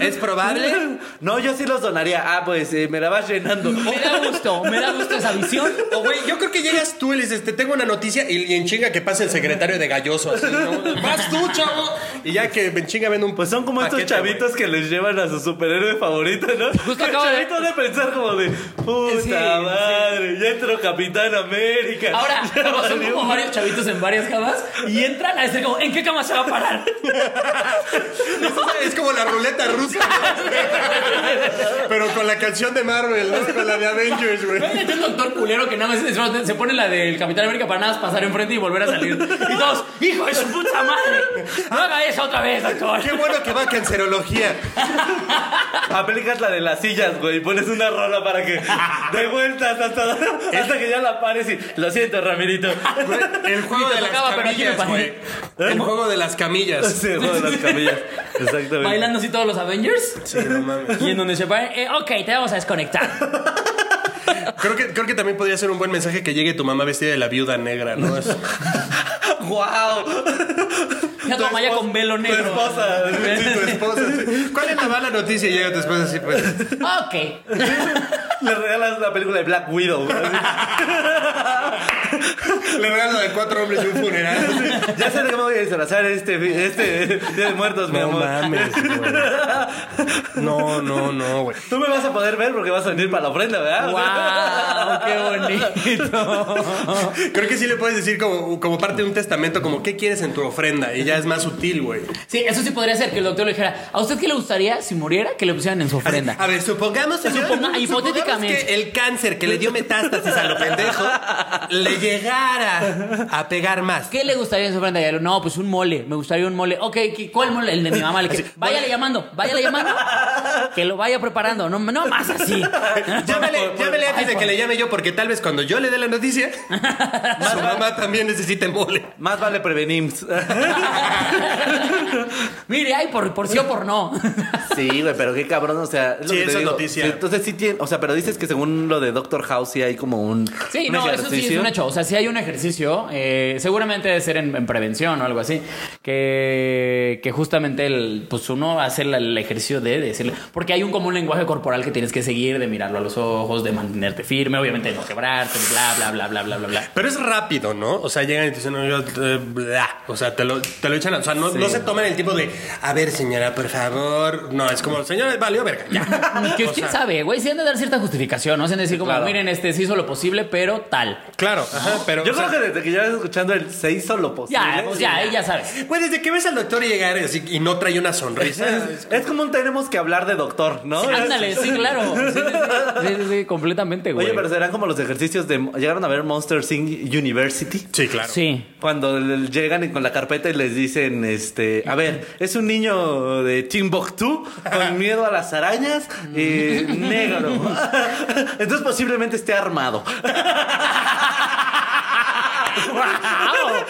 [SPEAKER 3] ¿Es probable?
[SPEAKER 2] <laughs> No, yo sí los donaría. Ah, pues eh, me la vas llenando.
[SPEAKER 1] Me da gusto, me da gusto esa visión.
[SPEAKER 3] O, Oh, güey, yo creo que llegas tú y le dices, te tengo una noticia y, y en chinga que pasa el secretario de Galloso. Así, ¿no? Vas tú, chavo. Y ya que en chinga ven un...
[SPEAKER 2] Pues son como estos
[SPEAKER 3] Paquete,
[SPEAKER 2] chavitos que les llevan a su superhéroe favorito, ¿no?
[SPEAKER 1] Justo
[SPEAKER 2] el
[SPEAKER 1] acabo de-
[SPEAKER 2] chavito de pensar como de, puta
[SPEAKER 1] Sí, sí.
[SPEAKER 2] madre, ya entró Capitán América.
[SPEAKER 1] Ahora,
[SPEAKER 2] <laughs> Ya
[SPEAKER 1] como son
[SPEAKER 2] valió.
[SPEAKER 1] como varios chavitos en varias camas y entran a decir como, ¿en qué cama se va a parar?
[SPEAKER 3] Es como la ruleta rusa. ¿no? Pero con la canción de Marvel, ¿no? Con la de Avengers, güey.
[SPEAKER 1] Imagínate un doctor culero que nada más se pone la del Capitán América para nada más pasar enfrente y volver a salir. Y todos, ¡hijo de su puta madre! ¡No haga eso otra vez, doctor!
[SPEAKER 3] Qué bueno que va a cancerología.
[SPEAKER 2] Aplicas la de las sillas, güey, y pones una rola para
[SPEAKER 1] <laughs>
[SPEAKER 2] que de vueltas hasta, hasta que ya la pares y lo
[SPEAKER 1] <laughs>
[SPEAKER 2] siento, Ramirito. Pues
[SPEAKER 3] El juego
[SPEAKER 1] Ni te
[SPEAKER 3] de las
[SPEAKER 1] tocaba, pero aquí me
[SPEAKER 3] camillas, güey. El juego de las camillas.
[SPEAKER 2] Sí, juego de las camillas. Exactamente.
[SPEAKER 1] Bailando así todos los Avengers.
[SPEAKER 3] Sí, no mames.
[SPEAKER 1] Y en donde se paren, eh, ok, te vamos a desconectar.
[SPEAKER 3] Creo que, creo que también podría ser un
[SPEAKER 1] <laughs>
[SPEAKER 3] buen mensaje que llegue tu mamá vestida de la viuda negra, ¿no? Es-
[SPEAKER 2] ¡Wow!
[SPEAKER 1] Ya tu mamá ya con velo negro. <laughs>
[SPEAKER 2] Tu esposa.
[SPEAKER 3] Sí, tu esposa, sí. ¿Cuál es la mala noticia? Y Llega tu esposa así, pues.
[SPEAKER 1] Ok.
[SPEAKER 2] Le regalas la película de Black Widow.
[SPEAKER 3] Le regalan de cuatro hombres y un funeral.
[SPEAKER 2] ya sé de qué me voy a disfrazar este, este Día de Muertos, mi
[SPEAKER 3] No
[SPEAKER 2] amor.
[SPEAKER 3] mames, güey. No, no, no, güey.
[SPEAKER 2] Tú me vas a poder ver porque vas a venir para la ofrenda,
[SPEAKER 1] ¡Wow!
[SPEAKER 2] ¿verdad?
[SPEAKER 1] ¡Qué bonito!
[SPEAKER 3] Creo que sí le puedes decir como, como parte de un testamento, como qué quieres en tu ofrenda. Y ya es más sutil, güey.
[SPEAKER 1] Sí, eso sí podría ser que el doctor le dijera, ¿a usted qué le gustaría si muriera que le pusieran en su
[SPEAKER 3] <laughs>
[SPEAKER 1] ofrenda?
[SPEAKER 3] A ver, supongamos,
[SPEAKER 1] Suponga- hipotéticamente.
[SPEAKER 3] que el cáncer que le dio metástasis a lo pendejo le llegara a pegar más.
[SPEAKER 1] ¿Qué le gustaría en su ofrenda? Y él, No, pues un mole, me gustaría un mole. Ok, ¿qué- ¿cuál mole? El de mi mamá. Le dije, váyale llamando, váyale llamando. Que lo vaya preparando, no, no más así.
[SPEAKER 3] Llámale, llámale antes de que le llame yo, porque tal vez cuando yo le dé la noticia, su mamá también necesita mole.
[SPEAKER 2] <laughs> Más vale prevenir.
[SPEAKER 1] Mire, ay, por, por sí o por no.
[SPEAKER 2] Sí, güey, pero qué cabrón, o sea, es lo
[SPEAKER 3] Sí,
[SPEAKER 2] que te
[SPEAKER 3] esa
[SPEAKER 2] digo.
[SPEAKER 3] noticia.
[SPEAKER 2] Sí, Entonces sí tiene, o sea, pero dices que según lo de Doctor House sí hay como un
[SPEAKER 1] Sí,
[SPEAKER 2] un
[SPEAKER 1] no, eso sí es
[SPEAKER 2] ejercicio.
[SPEAKER 1] un hecho. O sea, si hay un ejercicio, eh, seguramente debe ser en, en prevención o algo así, que, que justamente el, pues uno hace el, el ejercicio de decirle, porque hay un común lenguaje corporal que tienes que seguir, de mirarlo a los ojos, de mantenerte firme, obviamente de no quebrarte, bla, bla, bla, bla, bla, bla, bla.
[SPEAKER 3] Pero es rápido, ¿no? O sea, llegan y te dicen, no, yo, eh, bla. O sea, te lo, te lo echan. a- O sea, no, no se toman el tiempo de, a ver, señora, por favor. No, es como, señora, valió verga, ya.
[SPEAKER 2] Mm,
[SPEAKER 1] Que quién sabe, güey, si han de dar cierta justificación, ¿no? Se han de decir como,
[SPEAKER 2] Claro.
[SPEAKER 1] miren, este sí hizo lo posible, pero tal.
[SPEAKER 3] <laughs> Claro, ajá, pero.
[SPEAKER 2] Yo
[SPEAKER 3] o
[SPEAKER 2] creo
[SPEAKER 3] sea,
[SPEAKER 2] que desde que ya vas escuchando el se hizo lo posible.
[SPEAKER 1] Ya, pues ya, ahí ya sabes.
[SPEAKER 3] Pues desde que ves al doctor llegar y así- y no trae una sonrisa.
[SPEAKER 2] Es, es como un tenemos que hablar de doctor, ¿no?
[SPEAKER 1] Ándale, sí, claro. Sí, sí, sí, sí, sí, sí, completamente, güey.
[SPEAKER 2] Oye, pero serán como los ejercicios de llegaron a ver Monster Sing University.
[SPEAKER 3] <laughs> Sí, claro.
[SPEAKER 1] Sí.
[SPEAKER 2] Cuando le- llegan y con la carpeta y les dicen, este, a ver, es un niño de Timbuktu con miedo a las arañas, eh, negro. <laughs> Entonces posiblemente esté armado. <laughs>
[SPEAKER 1] ¡Guau!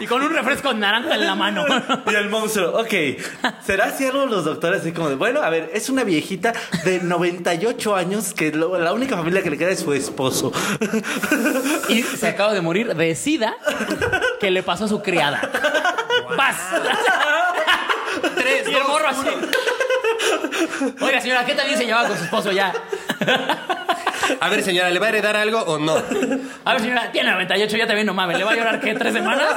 [SPEAKER 1] Y con un refresco naranja en la mano.
[SPEAKER 2] Y el monstruo, ok, ¿será así algo los doctores? Así como de, bueno, a ver, es una viejita de 98 años que lo- la única familia que le queda es su esposo.
[SPEAKER 1] <laughs> Y se acaba de morir de sida que le pasó a su criada. ¡Vas! <laughs> Tres, y el morro así. Oiga, señora, ¿qué tal bien se llevaba con su esposo ya?
[SPEAKER 3] A ver, señora, ¿le va a heredar algo o no? <laughs>
[SPEAKER 1] A ver, señora, tiene 98, ya también no mames. ¿Le va a llorar qué? ¿Tres semanas?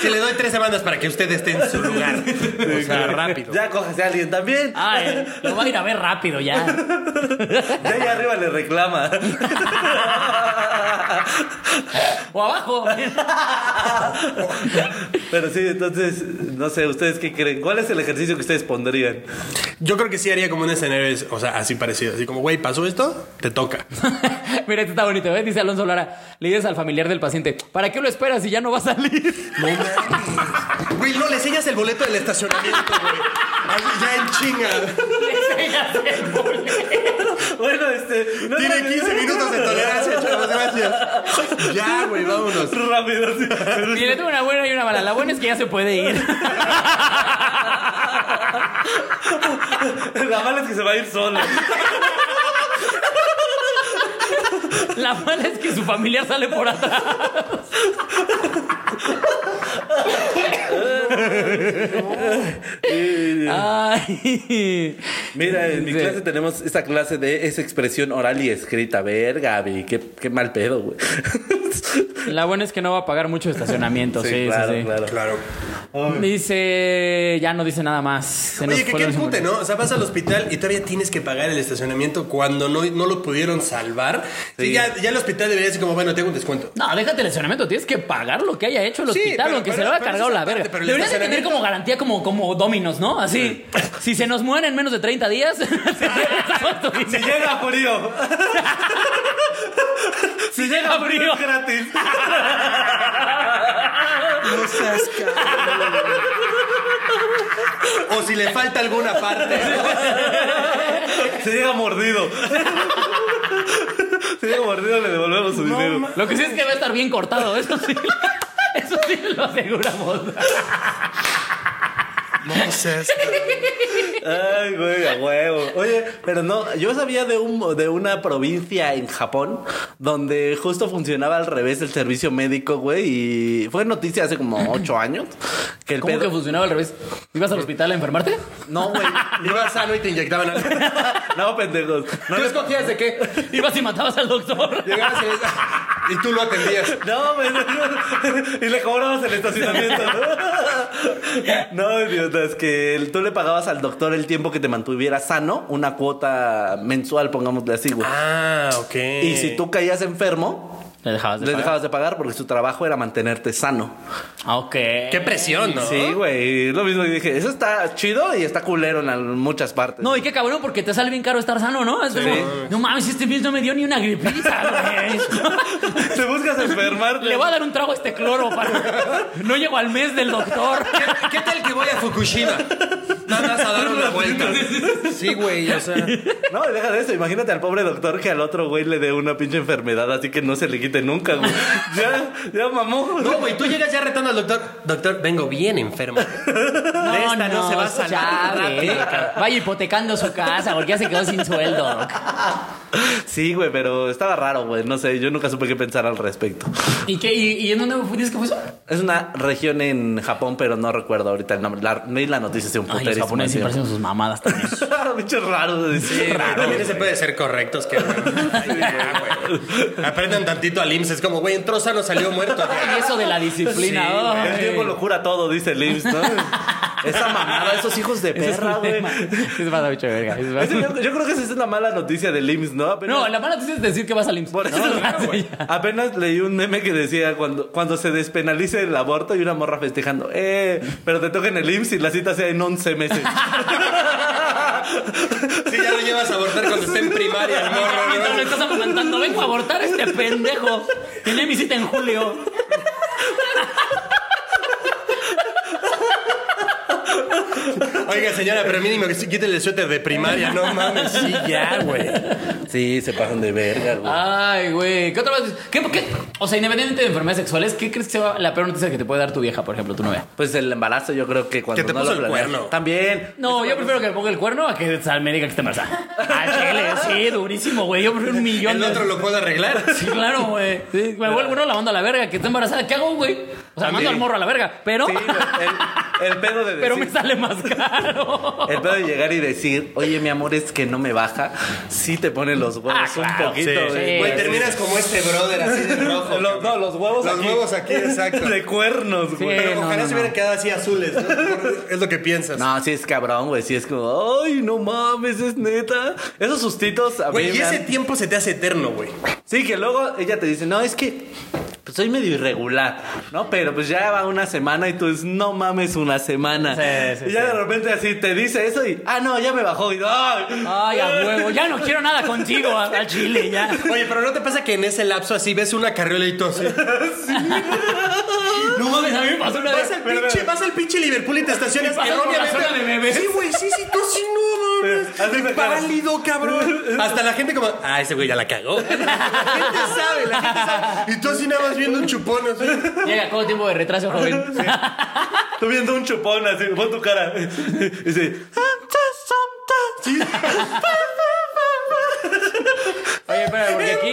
[SPEAKER 3] Si le doy tres semanas para que usted esté en su <laughs> lugar. O
[SPEAKER 2] <laughs>
[SPEAKER 3] sea, <laughs> rápido.
[SPEAKER 2] Ya cójase a alguien también.
[SPEAKER 1] Ay, lo va a ir a ver rápido ya.
[SPEAKER 2] Ya ahí arriba le reclama. <laughs>
[SPEAKER 1] O abajo. <laughs>
[SPEAKER 2] Pero sí, entonces, no sé, ¿ustedes qué creen? ¿Cuál es el ejercicio que ustedes pondrían?
[SPEAKER 3] Yo creo que sí haría como un escenario, o sea, así parecido. Así como, güey, pasó esto, te toca.
[SPEAKER 1] Mira, este está bonito, ¿ves? Dice Alonso Lara. Le dices al familiar del paciente, ¿para qué lo esperas si ya no va a salir? <laughs>
[SPEAKER 3] No mames. Güey, no, le enseñas el boleto del estacionamiento, güey. Así, ya en chinga.
[SPEAKER 2] <laughs> Bueno, este. No
[SPEAKER 3] Tiene
[SPEAKER 2] era-
[SPEAKER 3] 15 minutos de tolerancia, chavos, gracias. Ya, güey, vámonos.
[SPEAKER 2] <laughs> Rápido, sí.
[SPEAKER 1] Mire, tengo una buena y una mala. La buena es que ya se puede ir.
[SPEAKER 2] La mala es que se va a ir solo.
[SPEAKER 1] La mala es que su familiar sale por atrás. Ay.
[SPEAKER 2] Mira, en mi
[SPEAKER 1] Sí.
[SPEAKER 2] clase tenemos esta clase de esa expresión oral y escrita. Ver, Gaby, qué, qué mal pedo, güey.
[SPEAKER 1] La buena es que no va a pagar mucho estacionamiento. Sí, sí,
[SPEAKER 2] claro,
[SPEAKER 1] sí.
[SPEAKER 2] claro.
[SPEAKER 3] Claro.
[SPEAKER 1] Dice. Ya no dice nada más. Se nos
[SPEAKER 3] Oye, que
[SPEAKER 1] fue
[SPEAKER 3] qué
[SPEAKER 1] la-
[SPEAKER 3] pute, ¿no? O sea, vas al hospital y todavía tienes que pagar el estacionamiento cuando no, no lo pudieron salvar. Sí. ya, ya el hospital debería decir como, bueno, tengo un descuento.
[SPEAKER 1] No, déjate el estacionamiento. Tienes que pagar lo que haya hecho el
[SPEAKER 3] Sí,
[SPEAKER 1] hospital,
[SPEAKER 3] pero-
[SPEAKER 1] aunque se
[SPEAKER 3] pero-
[SPEAKER 1] lo haya
[SPEAKER 3] pero
[SPEAKER 1] cargado
[SPEAKER 3] esa
[SPEAKER 1] la
[SPEAKER 3] parte,
[SPEAKER 1] verga.
[SPEAKER 3] pero el
[SPEAKER 1] Deberías de tener
[SPEAKER 3] estacionamiento-
[SPEAKER 1] como garantía, como, como dominos, ¿no? Así. Si se nos mueren en menos de 30 días. <laughs>
[SPEAKER 3] <laughs>
[SPEAKER 2] Si llega frío,
[SPEAKER 1] si llega frío.
[SPEAKER 2] es gratis.
[SPEAKER 3] O si le falta alguna parte.
[SPEAKER 2] Si llega mordido. Si llega mordido, le devolvemos su dinero.
[SPEAKER 1] Lo que sí es que va a estar bien <laughs> cortado, eso sí. Eso sí lo aseguramos.
[SPEAKER 3] No sé.
[SPEAKER 2] Ay, güey, a huevo. Oye, pero no, yo sabía de un de una provincia en Japón donde justo funcionaba al revés el servicio médico, güey, y fue noticia hace
[SPEAKER 1] <laughs>
[SPEAKER 2] como ocho años que el
[SPEAKER 1] ¿Cómo
[SPEAKER 2] pedo-
[SPEAKER 1] que funcionaba al revés? ¿Ibas al hospital a enfermarte?
[SPEAKER 2] No, güey.
[SPEAKER 3] Ibas sano y te inyectaban algo.
[SPEAKER 2] No, pendejos. No,
[SPEAKER 3] ¿Tú escogías de qué?
[SPEAKER 1] ¿Ibas y matabas al doctor?
[SPEAKER 3] Llegabas y, y tú lo atendías.
[SPEAKER 2] No, pendejos. <laughs> Y le cobrabas el estacionamiento. No, idiotas, que el- tú le pagabas al doctor el tiempo que te mantuviera sano, una cuota mensual, pongámosle así, güey.
[SPEAKER 3] Ah, ok.
[SPEAKER 2] Y
[SPEAKER 1] eh.
[SPEAKER 2] si tú caías enfermo,
[SPEAKER 1] Le dejabas de
[SPEAKER 2] Le
[SPEAKER 1] pagar.
[SPEAKER 2] dejabas de pagar porque su trabajo era mantenerte sano.
[SPEAKER 1] Ah, ok.
[SPEAKER 3] Qué presión, ¿no?
[SPEAKER 2] Sí, güey. Lo mismo que dije. Eso está chido y está culero en al- muchas partes.
[SPEAKER 1] No, y qué cabrón, porque te sale bien caro estar sano, ¿no? Es como, no mames, este mes no me dio ni una gripita,
[SPEAKER 3] <laughs>
[SPEAKER 1] güey.
[SPEAKER 2] <laughs> te buscas enfermar.
[SPEAKER 1] Le voy a dar un trago a este cloro
[SPEAKER 3] <laughs>
[SPEAKER 1] para... No llego al mes del doctor.
[SPEAKER 3] ¿Qué tal que voy a Fukushima? Nada más a dar una vuelta. Sí, güey, o sea.
[SPEAKER 2] <laughs> No, y deja de eso. Imagínate al pobre doctor que al otro güey le dé una pinche enfermedad así que no se le quite nunca, güey. <laughs> ya, ya mamó.
[SPEAKER 3] No, güey, tú llegas ya retando al doctor. Doctor, vengo bien <laughs> enfermo. de esta no, se va a sanar.
[SPEAKER 1] ya, güey. Vaya hipotecando su casa porque ya se quedó sin sueldo. Doc.
[SPEAKER 2] Sí, güey, pero estaba raro, güey. No sé, yo nunca supe qué pensar al respecto.
[SPEAKER 1] ¿Y qué? ¿Y, y en dónde fue- dices que fue eso?
[SPEAKER 2] Es una región en Japón, pero no recuerdo ahorita el nombre. La, leí la noticia hace un
[SPEAKER 1] Ay, los
[SPEAKER 2] puterísimo
[SPEAKER 1] japoneses siempre
[SPEAKER 2] tiempo.
[SPEAKER 1] hacen sus mamadas también.
[SPEAKER 2] <laughs> Bichos raros.
[SPEAKER 3] Sí, güey, Eh, también se puede ser correctos que güey. Ya, güey. Aprendan tantito al IMSS. Es como, güey, entró sano, salió muerto.
[SPEAKER 1] Y eso de la
[SPEAKER 3] Sí, güey.
[SPEAKER 1] disciplina.
[SPEAKER 2] El tiempo lo cura todo, dice el IMSS,
[SPEAKER 1] <laughs>
[SPEAKER 2] ¿no? Esa mamada, esos hijos de perra, güey.
[SPEAKER 1] Es más bicho verga. es más-
[SPEAKER 2] Ese- Yo, yo creo que esa es una mala noticia del IMSS, ¿no? Apenas,
[SPEAKER 1] No, la mala noticia es decir que vas al IMSS.
[SPEAKER 2] por eso-
[SPEAKER 1] No, güey.
[SPEAKER 2] apenas leí un meme que decía cuando, cuando se despenalice el aborto y una morra festejando, eh, pero te toquen el IMSS y la cita sea en 11
[SPEAKER 1] <laughs>
[SPEAKER 2] meses.
[SPEAKER 3] Sí, ya lo llevas a abortar cuando esté en primaria el morro,
[SPEAKER 1] Mientras
[SPEAKER 3] ¿no?
[SPEAKER 1] lo estás amamantando, vengo a abortar a este pendejo. Tenía mi cita en julio.
[SPEAKER 3] Oiga, señora, pero mínimo que sí, quítele el suéter de primaria, no mames. Sí, ya, güey.
[SPEAKER 2] Sí, se pasan de verga, güey.
[SPEAKER 1] Ay, güey. ¿Qué otra vez? ¿Qué, qué? O sea, independientemente de enfermedades sexuales, ¿qué crees que sea la peor noticia que te puede dar tu vieja, por ejemplo, tu novia?
[SPEAKER 2] Pues el embarazo yo creo que cuando
[SPEAKER 3] Que te
[SPEAKER 2] no
[SPEAKER 3] puso
[SPEAKER 2] lo
[SPEAKER 3] el
[SPEAKER 2] planeas-
[SPEAKER 3] cuerno.
[SPEAKER 2] También.
[SPEAKER 1] No, yo prefiero que le ponga el cuerno a que sal me diga que está <laughs> embarazada. A chile, sí, durísimo, güey. Yo prefiero un millón
[SPEAKER 3] El
[SPEAKER 1] de-
[SPEAKER 3] otro lo puede arreglar.
[SPEAKER 1] Sí, claro, güey. Sí, me vuelvo no la mando a la verga, que está embarazada. ¿Qué hago, güey? O sea, mando
[SPEAKER 3] También.
[SPEAKER 1] al morro a la verga, pero...
[SPEAKER 2] Sí, el, el pedo de
[SPEAKER 1] <laughs>
[SPEAKER 2] decir,
[SPEAKER 1] pero me sale más caro.
[SPEAKER 2] El pedo de llegar y decir, oye, mi amor, es que no me baja, sí te pone los huevos
[SPEAKER 1] Ah, claro,
[SPEAKER 2] un poquito.
[SPEAKER 1] sí,
[SPEAKER 2] güey.
[SPEAKER 1] sí.
[SPEAKER 3] Güey, terminas como este brother así de rojo.
[SPEAKER 2] Los- no, los huevos
[SPEAKER 3] Los
[SPEAKER 2] aquí.
[SPEAKER 3] huevos aquí, exacto.
[SPEAKER 2] De cuernos, güey.
[SPEAKER 1] Sí,
[SPEAKER 3] Pero
[SPEAKER 1] no,
[SPEAKER 3] ojalá
[SPEAKER 1] no,
[SPEAKER 3] se
[SPEAKER 1] no.
[SPEAKER 3] hubieran quedado así azules. ¿no? Es lo que piensas.
[SPEAKER 2] No, sí es cabrón, güey. Sí es como, ay, no mames, es neta. Esos sustitos a
[SPEAKER 3] Güey,
[SPEAKER 2] mí
[SPEAKER 3] y
[SPEAKER 2] me
[SPEAKER 3] ese
[SPEAKER 2] han-
[SPEAKER 3] tiempo se te hace eterno, güey.
[SPEAKER 2] Sí, que luego ella te dice, no, es que pues, soy medio irregular, ¿no? Pero pues ya va una semana y tú es, no mames, una semana.
[SPEAKER 1] Sí, sí,
[SPEAKER 2] y ya de repente así te dice eso y, ah, no, ya me bajó. Y, ay,
[SPEAKER 1] Ay, a huevo. Ya no quiero nada contigo, a- al chile, ya.
[SPEAKER 3] Oye, pero ¿no te pasa que en ese lapso así ves una carriola y todo así? <laughs>
[SPEAKER 1] No mames, a mí me pasó una
[SPEAKER 3] Vas
[SPEAKER 1] vez.
[SPEAKER 3] al pinche, vas al pinche Liverpool y <laughs> te estacionas
[SPEAKER 1] Me pasó por la zona de bebés.
[SPEAKER 3] Sí, güey, sí, sí, tú sí, <laughs> no
[SPEAKER 2] Así me
[SPEAKER 3] mames. Pálido, cabrón. Hasta la gente como, ah, ese güey ya la cagó. <laughs> La gente sabe, la gente sabe. Y tú así nada más viendo un chupón <laughs> así.
[SPEAKER 1] Llega, ¿cuánto tiempo de retraso, joven?
[SPEAKER 2] Tú viendo un chupón así, pon tu cara. Y dice, "Ah,
[SPEAKER 3] Sí.
[SPEAKER 1] Oye, espera, porque aquí.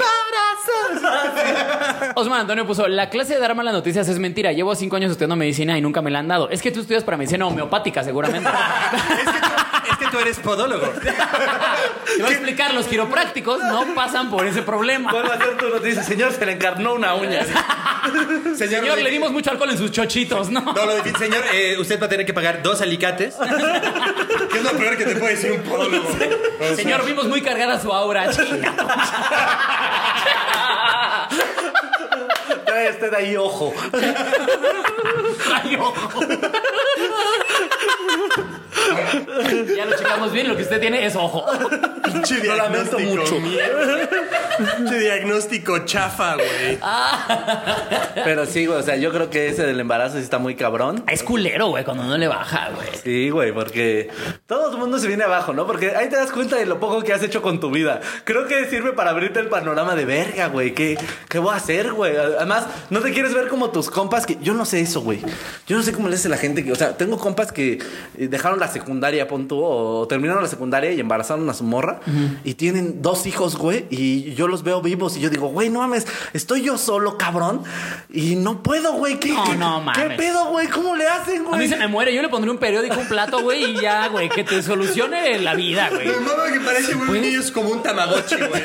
[SPEAKER 1] Osman Antonio puso: La clase de dar malas noticias es mentira. Llevo cinco años estudiando medicina y nunca me la han dado. Es que tú estudias para medicina homeopática, seguramente.
[SPEAKER 3] <laughs> Es que tú eres podólogo.
[SPEAKER 1] Te voy a explicar: los quiroprácticos no pasan por ese problema.
[SPEAKER 2] ¿cuál va a ser tu noticia? Señor, se le encarnó una uña.
[SPEAKER 1] Señor,
[SPEAKER 3] lo
[SPEAKER 1] le
[SPEAKER 3] dif-
[SPEAKER 1] dimos mucho alcohol en sus chochitos, ¿no?
[SPEAKER 3] No, lo difícil, señor, eh, usted va a tener que pagar dos alicates. ¿Qué es lo peor que te puede decir un podólogo?
[SPEAKER 1] Señor, vimos muy cargada su aura, chinga.
[SPEAKER 2] Trae usted ahí ojo.
[SPEAKER 1] Ay, ojo. Ya lo checamos bien, lo que usted tiene es ojo.
[SPEAKER 3] Pinche
[SPEAKER 2] Lo lamento
[SPEAKER 3] diagnóstico,
[SPEAKER 2] mucho.
[SPEAKER 3] mierda. Pinche diagnóstico chafa, güey.
[SPEAKER 2] Pero sí, güey, o sea, yo creo que ese del embarazo sí está muy cabrón.
[SPEAKER 1] Es culero, güey, cuando no le baja, güey.
[SPEAKER 2] Sí, güey, porque todo el mundo se viene abajo, ¿no? Porque ahí te das cuenta de lo poco que has hecho con tu vida. Creo que sirve para abrirte el panorama de verga, güey. ¿Qué, ¿Qué voy a hacer, güey? Además, no te quieres ver como tus compas que... Yo no sé eso, güey. Yo no sé cómo le hace la gente que... O sea, tengo compas que eh, dejaron la secundaria, pon tú, o terminaron la secundaria y embarazaron a su morra. Y tienen dos hijos, güey. Y yo los veo vivos y yo digo, güey, no mames, estoy yo solo, cabrón. Y no puedo, güey. ¿Qué,
[SPEAKER 1] No,
[SPEAKER 2] qué-
[SPEAKER 1] no
[SPEAKER 2] ¿Qué
[SPEAKER 1] mames.
[SPEAKER 2] pedo, güey? ¿Cómo le hacen, güey?
[SPEAKER 1] A mí se me muere, yo le pondré un periódico, un plato, güey, y ya, güey, que te solucione la vida, güey.
[SPEAKER 3] Lo mamá que parece, güey, un niño es como un tamagotchi, güey.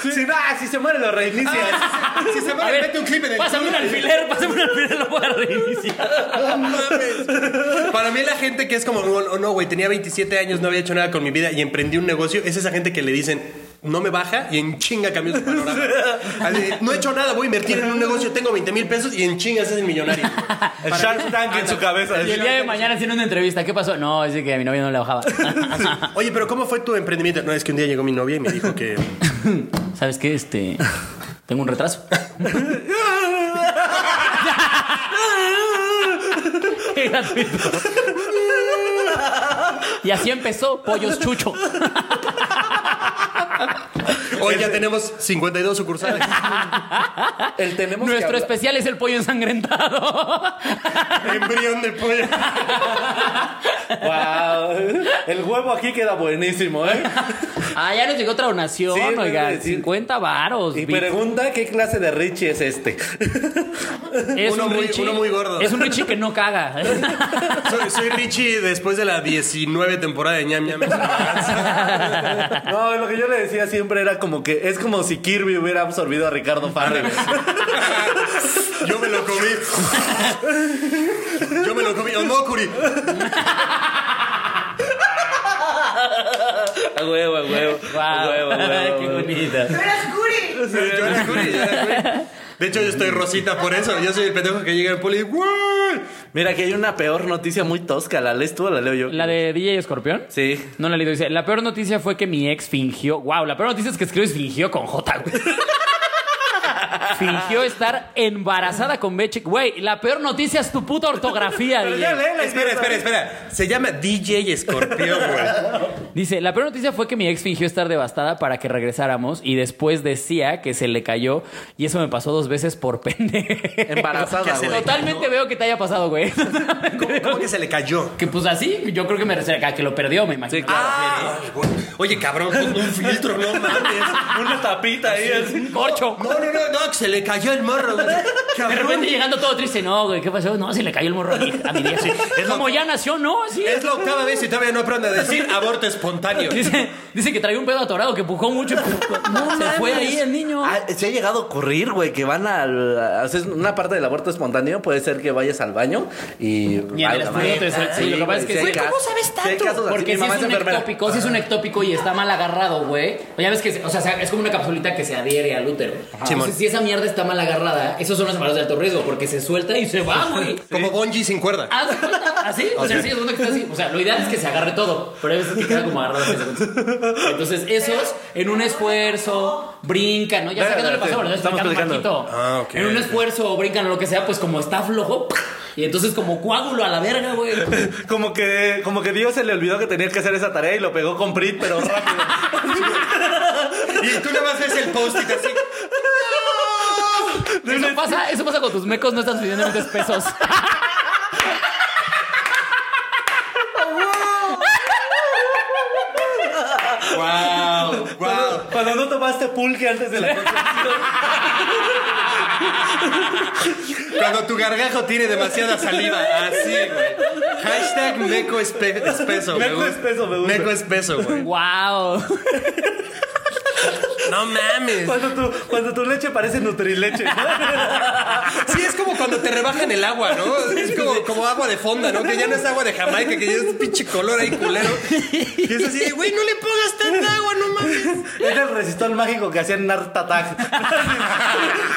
[SPEAKER 2] Sí. Si, no, ah, si se muere, lo reinicia.
[SPEAKER 3] Ah. Si se
[SPEAKER 1] A
[SPEAKER 3] va,
[SPEAKER 1] ver,
[SPEAKER 3] mete un clip en el
[SPEAKER 1] Pásame un
[SPEAKER 3] culo.
[SPEAKER 1] alfiler, pásame un alfiler, lo voy a
[SPEAKER 2] <laughs>
[SPEAKER 1] reiniciar.
[SPEAKER 3] No mames. Para mí la gente que es como, "Oh, no, no, güey, tenía 27 años, no había hecho nada con mi vida y emprendí un negocio, es esa gente que le dicen, no me baja y en chinga cambió su panorama. Así, no he hecho nada, voy a invertir en un negocio, tengo 20 mil pesos y en chinga se hace <laughs> millonario.
[SPEAKER 2] El Shark Tank en su cabeza.
[SPEAKER 1] Y el día de mañana haciendo una entrevista, ¿qué pasó? No, dice que a mi novia no le
[SPEAKER 2] <laughs>
[SPEAKER 1] bajaba.
[SPEAKER 3] Oye, pero ¿cómo fue tu emprendimiento? No, es que un día llegó mi novia y me dijo <laughs> que...
[SPEAKER 1] ¿Sabes qué? Este. Tengo un retraso. <laughs> Qué gratuito. Y así empezó Pollos Chucho.
[SPEAKER 3] Hoy ya tenemos 52 <laughs> sucursales.
[SPEAKER 2] El tenemos que
[SPEAKER 1] Nuestro
[SPEAKER 2] hablar-
[SPEAKER 1] especial es el pollo ensangrentado.
[SPEAKER 3] Embrión de pollo.
[SPEAKER 2] Wow. El huevo aquí queda buenísimo, ¿eh?
[SPEAKER 1] Ah, ya nos llegó otra donación,
[SPEAKER 2] Sí, es lo que iba a
[SPEAKER 1] oiga.
[SPEAKER 2] decir.
[SPEAKER 1] 50 varos.
[SPEAKER 2] Y
[SPEAKER 1] Vic.
[SPEAKER 2] pregunta qué clase de Richie es este.
[SPEAKER 1] Es
[SPEAKER 3] uno
[SPEAKER 1] un
[SPEAKER 3] muy-
[SPEAKER 1] Richie-
[SPEAKER 3] uno muy gordo.
[SPEAKER 1] Es un Richie que no caga. ¿eh?
[SPEAKER 3] Soy, soy Richie después de la 19 temporada de ñam ñam.
[SPEAKER 2] No, lo que yo le decía siempre era como que es como si Kirby hubiera absorbido a Ricardo Farrell.
[SPEAKER 3] Yo me lo comí. Yo me lo comí. Omokuri.
[SPEAKER 2] A huevo, a huevo. A
[SPEAKER 1] Guau.
[SPEAKER 2] huevo, a huevo, a
[SPEAKER 1] Qué
[SPEAKER 2] huevo. <laughs>
[SPEAKER 1] bonita.
[SPEAKER 4] ¡No eras Guri!
[SPEAKER 3] Yo era Curi, yo era Curi. De hecho, yo estoy rosita por eso. Yo soy el pendejo que llega al poli y ¡Güey!
[SPEAKER 2] Mira, aquí hay una peor noticia muy tosca. ¿La lees tú o la leo yo?
[SPEAKER 1] <laughs> La de DJ Escorpión. <laughs>
[SPEAKER 2] Sí.
[SPEAKER 1] No la leí. Dice, la peor noticia fue que mi ex fingió. Wow, la peor noticia es que Escribes fingió con J, güey. <laughs> fingió estar embarazada con Beche. Güey, la peor noticia es tu puta ortografía,
[SPEAKER 2] Pero
[SPEAKER 1] DJ.
[SPEAKER 2] ya léela y
[SPEAKER 3] Espera,
[SPEAKER 2] ya
[SPEAKER 3] espera,
[SPEAKER 2] sabes.
[SPEAKER 3] espera. Se llama DJ Escorpión, güey.
[SPEAKER 1] Dice, la peor noticia fue que mi ex fingió estar devastada para que regresáramos y después decía que se le cayó y eso me pasó dos veces por <laughs> pendejo.
[SPEAKER 2] Embarazada,
[SPEAKER 3] hace
[SPEAKER 2] güey.
[SPEAKER 1] <laughs> Totalmente veo que te haya pasado, güey. <laughs>
[SPEAKER 3] ¿Cómo, cómo que se le cayó?
[SPEAKER 1] que pues así, yo creo que me refiero a que lo perdió, me imagino.
[SPEAKER 2] Sí, claro.
[SPEAKER 3] Ay, güey. Oye, cabrón, ponle un filtro, no mames.
[SPEAKER 2] Una tapita ahí así.
[SPEAKER 1] Un corcho.
[SPEAKER 3] No, no, no, no, que se le cayó el morro, güey.
[SPEAKER 1] De repente
[SPEAKER 3] Cabrón.
[SPEAKER 1] llegando todo triste, no, güey, ¿qué pasó? No, se le cayó el morro a mi, a mi vieja.
[SPEAKER 3] es lo-
[SPEAKER 1] Como ya nació, no, sí.
[SPEAKER 3] Es la octava vez y todavía no aprende a decir aborto espontáneo.
[SPEAKER 1] Dice, dice que traía un pedo atorado que empujó mucho. y
[SPEAKER 2] <laughs>
[SPEAKER 1] No, se fue ahí el niño.
[SPEAKER 2] Ah, se ha llegado a ocurrir, güey, que van al. a- o sea, es una parte del aborto espontáneo puede ser que vayas al baño y.
[SPEAKER 1] Y en el
[SPEAKER 2] valga,
[SPEAKER 1] estudio
[SPEAKER 2] madre.
[SPEAKER 1] te suel- sí, lo que pasa es que-
[SPEAKER 2] hay
[SPEAKER 1] Güey, ¿cómo
[SPEAKER 2] casos-
[SPEAKER 1] sabes
[SPEAKER 2] sí hay casos así.
[SPEAKER 1] Porque
[SPEAKER 2] Mi
[SPEAKER 1] si
[SPEAKER 2] mamá
[SPEAKER 1] es un
[SPEAKER 2] enfermera.
[SPEAKER 1] ectópico, si es un ectópico y está mal agarrado, güey. O Ya ves que, se- o sea, se- es como una capsulita que se adhiere al útero.
[SPEAKER 3] Simón.
[SPEAKER 1] Entonces, si esa mierda está mal agarrada, esos son los embarazos de alto riesgo, porque se suelta y se va, güey.
[SPEAKER 3] Como Bonji sin cuerda.
[SPEAKER 2] Ah.
[SPEAKER 1] Haz de cuenta, ¿Así? O sea, Ah, sí, es que está así. O sea, lo ideal es que se agarre todo, pero hay veces que queda como agarrado. hace cuenta. Entonces, esos, en un esfuerzo, brincan, ¿no? Ya sé que no le pasó, ¿verdad?
[SPEAKER 2] Estamos platicando.
[SPEAKER 3] Ah, ok.
[SPEAKER 1] En un esfuerzo, brincan o lo que sea, pues como está flojo, ¡pac! y entonces como coágulo a la verga, güey.
[SPEAKER 2] Como que, como que Dios se le olvidó que tenía que hacer esa tarea y lo pegó con Brit, <laughs> pero rápido.
[SPEAKER 3] Y tú nada más ves el post-it así.
[SPEAKER 1] Eso pasa, eso pasa con tus mecos, no estás pidiendo 20
[SPEAKER 3] <laughs>
[SPEAKER 1] pesos.
[SPEAKER 3] ¡Wow! ¡Wow!
[SPEAKER 2] Cuando, cuando no tomaste pulque antes de la cosa.
[SPEAKER 3] Cuando tu gargajo tiene demasiada saliva. Así, güey. Hashtag meco espe- espeso.
[SPEAKER 2] Meco
[SPEAKER 3] gusta.
[SPEAKER 2] espeso, me gusta.
[SPEAKER 3] Meco espeso, güey.
[SPEAKER 1] ¡Wow!
[SPEAKER 3] No mames.
[SPEAKER 2] Cuando tu, cuando tu leche parece nutrileche. <laughs>
[SPEAKER 3] Sí, es como cuando te rebajan el agua, ¿no? Es como, como agua de fonda, ¿no? Que ya no es agua de Jamaica, que ya es pinche color ahí culero. Y es así, de, güey, no le pongas tanta agua, no mames.
[SPEAKER 2] Es el resistol mágico que hacían en Art <laughs> Attack.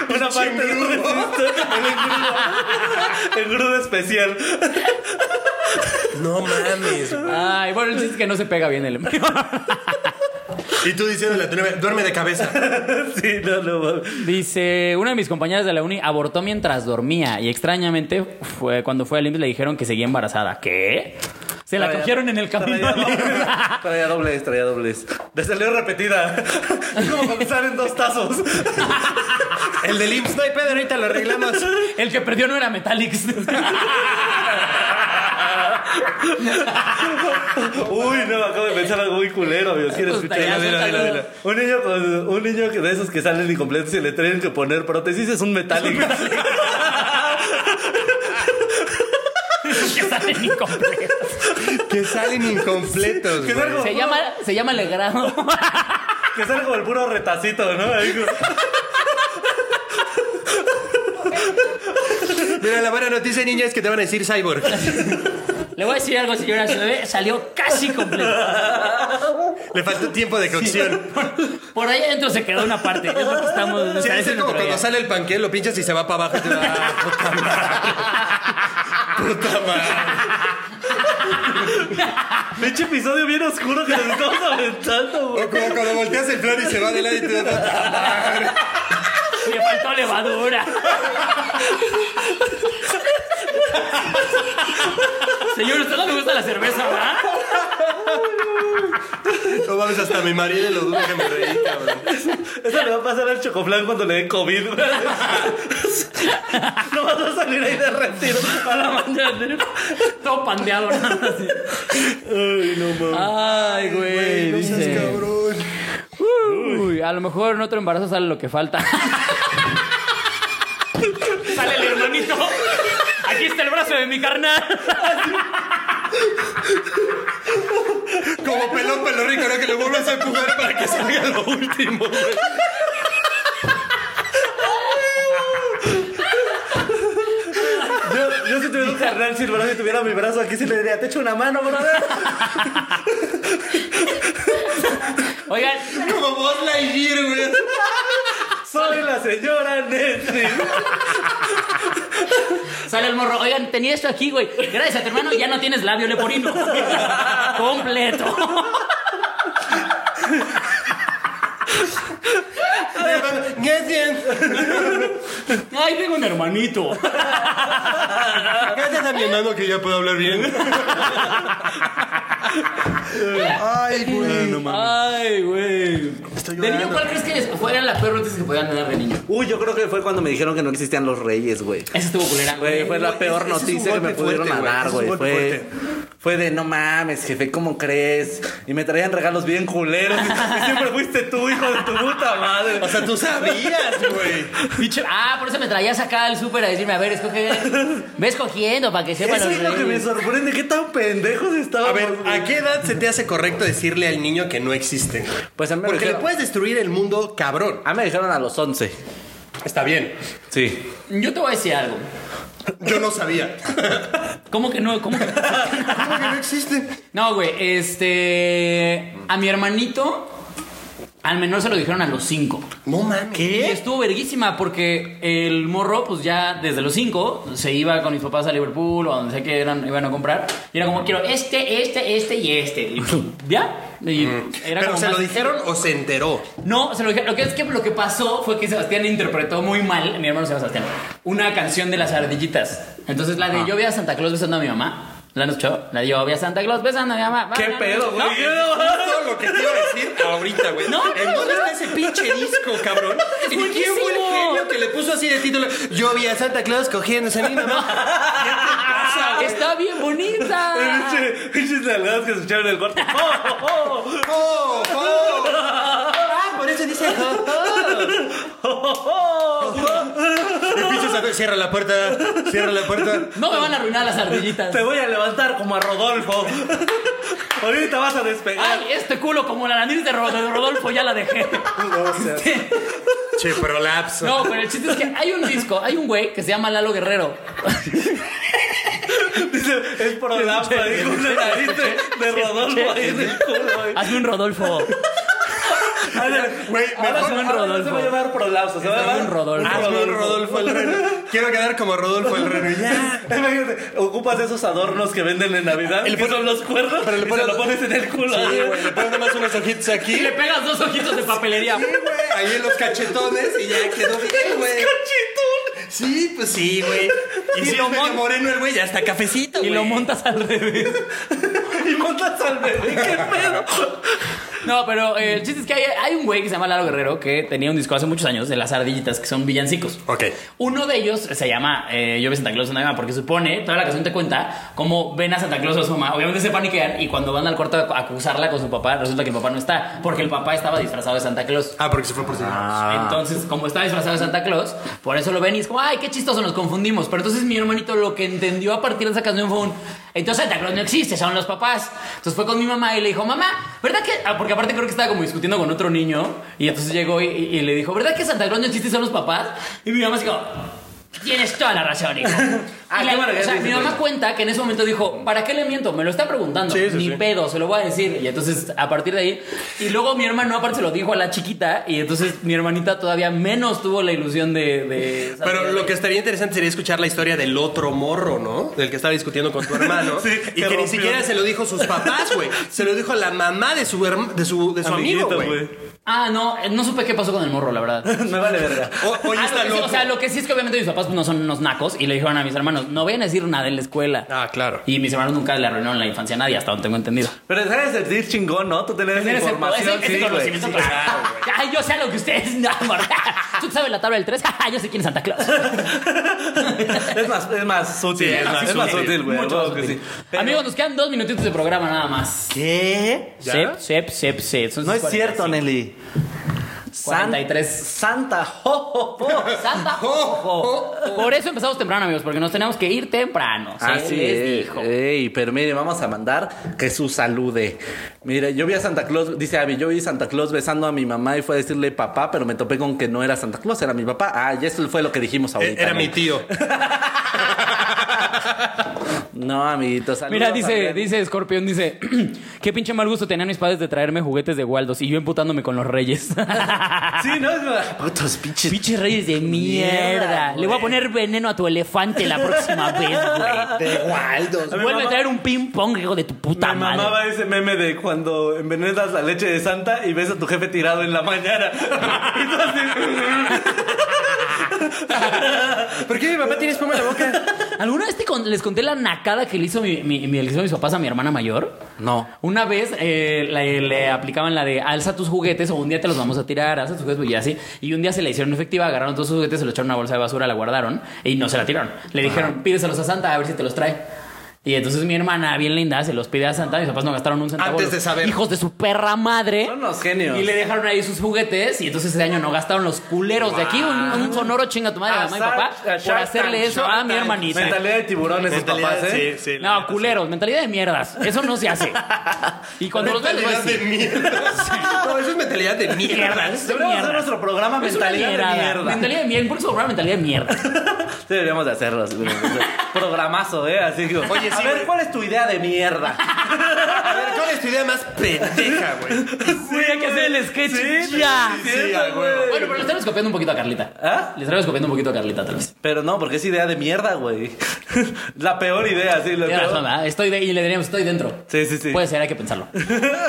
[SPEAKER 2] Una parte del
[SPEAKER 3] grudo.
[SPEAKER 2] resistol, el engrudo. El grudo especial.
[SPEAKER 3] No mames. güey.
[SPEAKER 1] Ay, bueno, el chiste es que no se pega bien el embrión.
[SPEAKER 3] Y tú diciéndole a tu novia, duerme de cabeza.
[SPEAKER 2] <laughs> Sí, no, no, mames.
[SPEAKER 1] Dice, una de mis compañeras de la uni abortó mientras dormía y extrañamente fue cuando fue al IMSS le dijeron que seguía embarazada. ¿Qué? Se la
[SPEAKER 2] Traía-
[SPEAKER 1] cogieron en el camino.
[SPEAKER 2] Traía dobles, traía dobles, traía dobles. Le salió repetida. <laughs> Es como cuando salen dos tazos.
[SPEAKER 3] El del IMSS no hay pedo, ahorita lo arreglamos.
[SPEAKER 1] <laughs> El que perdió no era Metalix. <laughs>
[SPEAKER 2] Uy, no, acabo de pensar algo muy culero, amigo. ¿Quieres escuchar?
[SPEAKER 1] Estaría
[SPEAKER 2] Dilo, dilo,
[SPEAKER 1] suéltalo.
[SPEAKER 2] dilo, dilo. Un niño, con- un niño que de esos que salen incompletos y le tienen que poner prótesis es
[SPEAKER 1] <laughs>
[SPEAKER 2] un metálico.
[SPEAKER 1] que salen incompletos.
[SPEAKER 3] Que salen incompletos.
[SPEAKER 2] Que
[SPEAKER 3] güey.
[SPEAKER 2] salgo-
[SPEAKER 1] Se llama, se llama Legrado.
[SPEAKER 2] Que sale como el puro retacito, ¿no? Ahí como-
[SPEAKER 3] Mira, la buena noticia, niña, es que te van a decir cyborg.
[SPEAKER 1] <laughs> Le voy a decir algo, señora. Se ve, salió casi completo.
[SPEAKER 3] Le faltó tiempo de cocción.
[SPEAKER 1] Por ahí adentro se quedó una parte. Es lo que estamos. nos
[SPEAKER 3] Sí,
[SPEAKER 1] está
[SPEAKER 3] es
[SPEAKER 1] diciendo
[SPEAKER 3] como
[SPEAKER 1] por
[SPEAKER 3] cuando
[SPEAKER 1] allá.
[SPEAKER 3] sale el panqué, lo pinchas y se va para abajo. y te da- puta madre. Puta madre.
[SPEAKER 2] Pinche episodio bien oscuro que nos estamos aventando, güey.
[SPEAKER 3] O como cuando volteas el flor y se va de lado y te da...
[SPEAKER 1] Le faltó <laughs> levadura. Señor, usted no le gusta la cerveza, ¿verdad?
[SPEAKER 3] No mames, hasta mi marido lo dudo que me reí, cabrón.
[SPEAKER 2] Eso le va a pasar al chocoflan cuando le den COVID, güey. <laughs> No vas a salir ahí derretido a la mañana.
[SPEAKER 1] <laughs> Todo pandeado, nada más.
[SPEAKER 2] Ay, no mames.
[SPEAKER 1] Ay, güey. dice,
[SPEAKER 3] cabrón.
[SPEAKER 1] Uy, a lo mejor en otro embarazo sale lo que falta. <laughs> sale el hermanito. Aquí está el brazo de mi carnal.
[SPEAKER 3] Como pelón, pelón rico, ¿no? Que lo vuelvas a empujar para que salga lo último, güey.
[SPEAKER 2] Yo, yo si tuviera un carnal, si el brazo tuviera mi brazo aquí, sí le diría, te echo una mano, brother. <laughs>
[SPEAKER 1] Oigan,
[SPEAKER 3] Como vos la güey.
[SPEAKER 2] Soy la señora Netflix.
[SPEAKER 1] sale el morro. Oigan, tenía esto aquí, güey. Gracias a tu hermano, ya no tienes labio <laughs> leporino. Completo.
[SPEAKER 3] Gracias.
[SPEAKER 1] Ay, tengo un hermanito.
[SPEAKER 3] Gracias a mi hermano que ya puedo hablar bien. Ay, güey. Ah, No, mames.
[SPEAKER 1] Ay, güey.
[SPEAKER 3] Estoy
[SPEAKER 1] ¿De niño
[SPEAKER 3] llorando.
[SPEAKER 1] cuál crees que es? fuera la peor noticia que podían tener de niño?
[SPEAKER 2] Uy, yo creo que fue cuando me dijeron que no existían los reyes, güey.
[SPEAKER 1] Esa estuvo culera.
[SPEAKER 2] Güey, fue la peor
[SPEAKER 3] ese es un
[SPEAKER 2] noticia que me
[SPEAKER 3] golpe
[SPEAKER 2] pudieron
[SPEAKER 3] fuerte, güey.
[SPEAKER 2] dar,
[SPEAKER 3] Ese es
[SPEAKER 2] güey.
[SPEAKER 3] un golpe
[SPEAKER 2] Fue, fue de no mames, jefe, ¿cómo crees? Y me traían regalos bien culeros. Y siempre fuiste tú, hijo de tu puta madre.
[SPEAKER 3] O sea, tú sabías, güey.
[SPEAKER 1] Pinche- Ah, por eso me traías acá al súper a decirme, a ver, escoge. Ve escogiendo para que sepa
[SPEAKER 2] Eso
[SPEAKER 1] los
[SPEAKER 2] es lo que me
[SPEAKER 1] reyes.
[SPEAKER 2] sorprende, qué tan pendejos
[SPEAKER 3] A
[SPEAKER 2] estábamos.
[SPEAKER 3] ver, ¿a qué edad se te hace correcto decirle al niño que no existen? güey?
[SPEAKER 2] Pues a mí me
[SPEAKER 3] Porque le
[SPEAKER 2] dijeron-
[SPEAKER 3] puedes destruir el mundo, cabrón.
[SPEAKER 2] A mí me dijeron a los 11.
[SPEAKER 3] Está bien.
[SPEAKER 2] Sí.
[SPEAKER 1] Yo te voy a decir algo.
[SPEAKER 3] Yo no sabía.
[SPEAKER 1] ¿Cómo que no? ¿Cómo que no?
[SPEAKER 3] ¿Cómo que no existe?
[SPEAKER 1] No, güey, este. A mi hermanito, al menor se lo dijeron a los cinco.
[SPEAKER 3] No mames.
[SPEAKER 1] Y estuvo verguísima porque el morro, pues ya desde los cinco, se iba con mis papás a Liverpool o a donde sea que eran, iban a comprar. Y era como, quiero este, este, este y este.
[SPEAKER 3] <laughs>
[SPEAKER 1] Y pues, ya. Y era
[SPEAKER 3] Pero
[SPEAKER 1] como
[SPEAKER 3] se lo
[SPEAKER 1] más-
[SPEAKER 3] dijeron o se enteró.
[SPEAKER 1] No, se lo dije. Lo que es que lo que pasó fue que Sebastián interpretó muy mal, mi hermano se llama Sebastián, una canción de las ardillitas. Entonces
[SPEAKER 3] Ah.
[SPEAKER 1] la de Yo vi a Santa Claus besando a mi mamá. ¿La han escuchado? La de Yo vi a Santa Claus besando a mi mamá.
[SPEAKER 2] ¿Qué
[SPEAKER 1] Banana".
[SPEAKER 2] pedo,
[SPEAKER 1] ¿No?
[SPEAKER 2] güey? <laughs>
[SPEAKER 3] Todo lo que te iba a decir ahorita, güey.
[SPEAKER 1] No,
[SPEAKER 3] ¿En
[SPEAKER 1] no,
[SPEAKER 3] dónde
[SPEAKER 1] no.
[SPEAKER 3] está ese pinche disco, cabrón? ¿Y quién fue el
[SPEAKER 1] buenísimo.
[SPEAKER 3] genio que le puso así de título? Yo vi a Santa Claus cogiéndose a mi mamá.
[SPEAKER 1] Ah, Está bien bonita.
[SPEAKER 2] Pinche- Pinches nalgadas que escucharon en el cuarto. ¡Oh, oh, oh!
[SPEAKER 3] ¡Oh, oh! Ah, por eso dice <laughs> oh, oh. El pinche Santa- Cierra la puerta, cierra la puerta.
[SPEAKER 1] No me van a arruinar las ardillitas.
[SPEAKER 2] Te voy a levantar como a Rodolfo. <laughs> Ahorita vas a despegar.
[SPEAKER 1] Ay, este culo como la nariz de Rod- de Rodolfo ya la dejé.
[SPEAKER 3] Che, prolapso.
[SPEAKER 1] No, pero el chiste es que hay un disco, hay un güey que se llama Lalo Guerrero.
[SPEAKER 2] Dice, es por la ahí con la nariz de, de Rodolfo ahí en el culo. ahí.
[SPEAKER 1] Hazme un Rodolfo.
[SPEAKER 2] Ándale.
[SPEAKER 3] Güey,
[SPEAKER 1] Ahora
[SPEAKER 3] mejor
[SPEAKER 1] se ven
[SPEAKER 2] Ahora no se va a
[SPEAKER 1] Rodolfo.
[SPEAKER 2] llamar prolapso, se va a
[SPEAKER 1] Hazme
[SPEAKER 2] llamar
[SPEAKER 1] un Rodolfo.
[SPEAKER 3] Hazme un Ah, Rodolfo al reno. Quiero quedar como Rodolfo el Reno. Y ya.
[SPEAKER 2] <laughs> Imagínate, ocupas esos adornos que venden en Navidad. Y son los cuernos. Pero le
[SPEAKER 3] pones-
[SPEAKER 2] lo pones en el culo.
[SPEAKER 3] Sí,
[SPEAKER 2] <laughs>
[SPEAKER 3] güey, le ponen nomás unos ojitos aquí.
[SPEAKER 1] Y le pegas dos ojitos de papelería.
[SPEAKER 3] Sí, güey, ahí en los cachetones y ya quedó bien, güey.
[SPEAKER 2] ¡Cachetón!
[SPEAKER 3] Sí, pues sí, güey. Y, si es medio moreno el güey, ya está cafecito,
[SPEAKER 1] Y
[SPEAKER 3] güey.
[SPEAKER 1] lo montas al revés.
[SPEAKER 2] Y montas al bebé. ¡Qué pedo!
[SPEAKER 1] No, pero eh, el chiste es que hay, hay un güey que se llama Lalo Guerrero que tenía un disco hace muchos años de las ardillitas, que son villancicos.
[SPEAKER 3] Ok.
[SPEAKER 1] Uno de ellos se llama eh, Yo vi a Santa Claus en Navidad porque supone, toda la canción te cuenta cómo ven a Santa Claus a su mamá. Obviamente se paniquean y cuando van al cuarto a acusarla con su papá, resulta que el papá no está porque el papá estaba disfrazado de Santa Claus.
[SPEAKER 3] Ah, porque se fue por ah.
[SPEAKER 1] Entonces, como está disfrazado de Santa Claus, por eso lo ven y es como, ay, qué chistoso, nos confundimos. Pero entonces mi hermanito lo que entendió a partir de esa canción fue un, entonces Santa Claus no existe, son los papás. Entonces fue con mi mamá y le dijo, mamá, ¿verdad que? ah, porque aparte creo que estaba como discutiendo con otro niño y entonces llegó y, y- y le dijo, ¿verdad que Santa Claus no existe, son los papás? Y mi mamá se quedó, tienes toda la razón, hijo.
[SPEAKER 2] Ah,
[SPEAKER 1] Y la-
[SPEAKER 2] qué maravilla
[SPEAKER 1] o sea,
[SPEAKER 2] dice
[SPEAKER 1] mi
[SPEAKER 2] eso.
[SPEAKER 1] mamá cuenta que en ese momento dijo, ¿para qué le miento? Me lo está preguntando.
[SPEAKER 3] Sí, sí,
[SPEAKER 1] Ni
[SPEAKER 3] sí.
[SPEAKER 1] pedo, se lo voy a decir. Y entonces, a partir de ahí. Y luego mi hermano, aparte, se lo dijo a la chiquita. Y entonces mi hermanita todavía menos tuvo la ilusión de. de-
[SPEAKER 3] Pero lo que estaría interesante sería escuchar la historia del otro morro, ¿no? Del que estaba discutiendo con tu <laughs> hermano.
[SPEAKER 2] Sí,
[SPEAKER 3] y
[SPEAKER 2] que
[SPEAKER 3] que
[SPEAKER 2] rompió.
[SPEAKER 3] ni siquiera se lo dijo a sus papás, güey. Se lo dijo a la mamá de su, herma- de su, de su amigo,
[SPEAKER 2] Amiguito,
[SPEAKER 3] güey.
[SPEAKER 1] Ah, no, eh, no supe qué pasó con el morro, la verdad.
[SPEAKER 2] Me vale verga.
[SPEAKER 3] O- Oye,
[SPEAKER 1] Ah, lo
[SPEAKER 3] está
[SPEAKER 1] que sí-
[SPEAKER 3] loco.
[SPEAKER 1] o sea, lo que sí es que obviamente mis papás no son unos nacos y le dijeron a mis hermanos, no vayan a decir nada en la escuela.
[SPEAKER 3] Ah, claro.
[SPEAKER 1] Y mis hermanos nunca le arruinaron la infancia a nadie, hasta donde tengo entendido.
[SPEAKER 2] Pero dejar de sentir chingón, ¿no? Tú tener esa
[SPEAKER 1] Tener ese-
[SPEAKER 2] información.
[SPEAKER 1] ese- ese
[SPEAKER 2] sí, güey.
[SPEAKER 1] conocimiento,
[SPEAKER 2] Sí,
[SPEAKER 1] claro.
[SPEAKER 2] claro, güey.
[SPEAKER 1] Ay, yo sé lo que ustedes <laughs> no, amor. Tú sabes la tabla del 3, <laughs> yo sé quién es Santa Claus.
[SPEAKER 2] es más, es más útil, es, más, es más útil, güey.
[SPEAKER 1] Mucho
[SPEAKER 2] huevo
[SPEAKER 1] más
[SPEAKER 2] que
[SPEAKER 1] útil.
[SPEAKER 2] sí.
[SPEAKER 1] Amigos, nos quedan dos minutitos de programa nada más.
[SPEAKER 2] ¿Qué?
[SPEAKER 1] Sep, sep, sep, sep. Son
[SPEAKER 2] No es
[SPEAKER 1] 45.
[SPEAKER 2] cierto, Nelly. San-
[SPEAKER 1] 43.
[SPEAKER 2] Santa. jo, jo, jo.
[SPEAKER 1] Santa. Por eso empezamos temprano, amigos, porque nos tenemos que ir temprano. Se
[SPEAKER 2] Así
[SPEAKER 1] les
[SPEAKER 2] es. Eh,
[SPEAKER 1] dijo.
[SPEAKER 2] Ey, pero mire, vamos a mandar que su salude. Mira, yo vi a Santa Claus, dice Abby, yo vi a Santa Claus besando a mi mamá y fue a decirle papá, pero me topé con que no era Santa Claus, era mi papá. Ah, y eso fue lo que dijimos ahorita.
[SPEAKER 3] Eh, Era
[SPEAKER 2] ¿no?
[SPEAKER 3] mi tío. <laughs>
[SPEAKER 2] No, amiguitos. saludos
[SPEAKER 1] Mira,
[SPEAKER 2] a
[SPEAKER 1] dice,
[SPEAKER 2] Adrián.
[SPEAKER 1] dice Escorpión, dice, <clears throat> qué pinche mal gusto tenían mis padres de traerme juguetes de Waldos y yo emputándome con los reyes. <laughs>
[SPEAKER 2] Sí, no, es Putos pinches.
[SPEAKER 1] Pinches reyes de
[SPEAKER 2] Mierda,
[SPEAKER 1] mierda.
[SPEAKER 2] güey.
[SPEAKER 1] Le voy a poner veneno a tu elefante la <laughs> próxima vez, güey.
[SPEAKER 3] De Waldos.
[SPEAKER 2] A mi
[SPEAKER 1] Vuelve
[SPEAKER 2] mamá-
[SPEAKER 1] a traer un ping pong, hijo de tu puta
[SPEAKER 2] Mi
[SPEAKER 1] madre.
[SPEAKER 2] mamá va ese meme de cuando envenenas la leche de Santa y ves a tu jefe tirado en la mañana. y tú así.
[SPEAKER 3] ¿Por qué mi papá tiene espuma en la boca?
[SPEAKER 1] ¿Alguna vez te con- les conté la nacada que le hizo mi, mi- mi- le hizo mis papás a mi hermana mayor?
[SPEAKER 2] No.
[SPEAKER 1] Una vez eh, la- le aplicaban la de alza tus juguetes o un día te los vamos a tirar, alza tus juguetes y así. Y un día se la hicieron efectiva, agarraron todos sus juguetes, se los echaron a una bolsa de basura, la guardaron y no se la tiraron. Le dijeron, pídeselos a Santa a ver si te los trae. Y entonces mi hermana, bien linda, se los pide a Santa. Mis papás no gastaron un centavo.
[SPEAKER 3] Antes de
[SPEAKER 1] los
[SPEAKER 3] saber.
[SPEAKER 1] Hijos de su perra madre.
[SPEAKER 2] Son unos genios.
[SPEAKER 1] Y le dejaron ahí sus juguetes. Y entonces ese año no gastaron los culeros de aquí. Un, un sonoro chinga tu madre,
[SPEAKER 2] A
[SPEAKER 1] mamá y
[SPEAKER 2] Shark-
[SPEAKER 1] Ah, papá.
[SPEAKER 2] a
[SPEAKER 1] Por
[SPEAKER 2] Shark
[SPEAKER 1] hacerle
[SPEAKER 2] Tank,
[SPEAKER 1] eso
[SPEAKER 2] Shark
[SPEAKER 1] a mi
[SPEAKER 2] Tank.
[SPEAKER 1] hermanita.
[SPEAKER 2] Mentalidad de tiburones, esos papás, ¿eh?
[SPEAKER 3] Sí, sí. la
[SPEAKER 1] No,
[SPEAKER 3] neta,
[SPEAKER 1] culeros, mentalidad de mierdas. Eso no se hace. Y cuando los veas, les voy a
[SPEAKER 3] Mentalidad de
[SPEAKER 1] decir,
[SPEAKER 3] mierda.
[SPEAKER 1] <laughs>
[SPEAKER 3] No, eso es mentalidad de mierda.
[SPEAKER 1] mierda, es de
[SPEAKER 2] Deberíamos hacer
[SPEAKER 1] mierda.
[SPEAKER 2] nuestro programa
[SPEAKER 1] Es una
[SPEAKER 2] Mentalidad de
[SPEAKER 1] mierda.
[SPEAKER 2] Mierda.
[SPEAKER 1] Mentalidad de mierda. ¿Por qué se borraron mentalidad de mierda?
[SPEAKER 2] <laughs> Sí, deberíamos de hacerlo. sí, deberíamos de hacer- Programazo, ¿eh? Así que.
[SPEAKER 3] Oye,
[SPEAKER 2] a
[SPEAKER 3] sí,
[SPEAKER 2] ver,
[SPEAKER 3] güey.
[SPEAKER 2] ¿cuál es tu idea de
[SPEAKER 1] <laughs>
[SPEAKER 2] mierda?
[SPEAKER 3] A ver, ¿cuál es tu idea más pendeja, güey?
[SPEAKER 1] Uy, hay que hacer el sketch
[SPEAKER 2] Sí,
[SPEAKER 1] ya.
[SPEAKER 2] sí,
[SPEAKER 3] Sí,
[SPEAKER 2] esa,
[SPEAKER 3] a huevo.
[SPEAKER 2] güey.
[SPEAKER 1] Bueno, pero le estamos copiando un poquito a Carlita.
[SPEAKER 2] ¿Ah?
[SPEAKER 1] Le estamos copiando un poquito a Carlita, tal vez.
[SPEAKER 2] Pero no, porque es idea de mierda, güey. <laughs> La peor idea, sí,
[SPEAKER 1] Tiene
[SPEAKER 2] lo peor.
[SPEAKER 1] razón, Pues. ¿verdad? Estoy de, y le diríamos, estoy dentro.
[SPEAKER 2] Sí, sí, sí.
[SPEAKER 1] Puede ser, hay que pensarlo.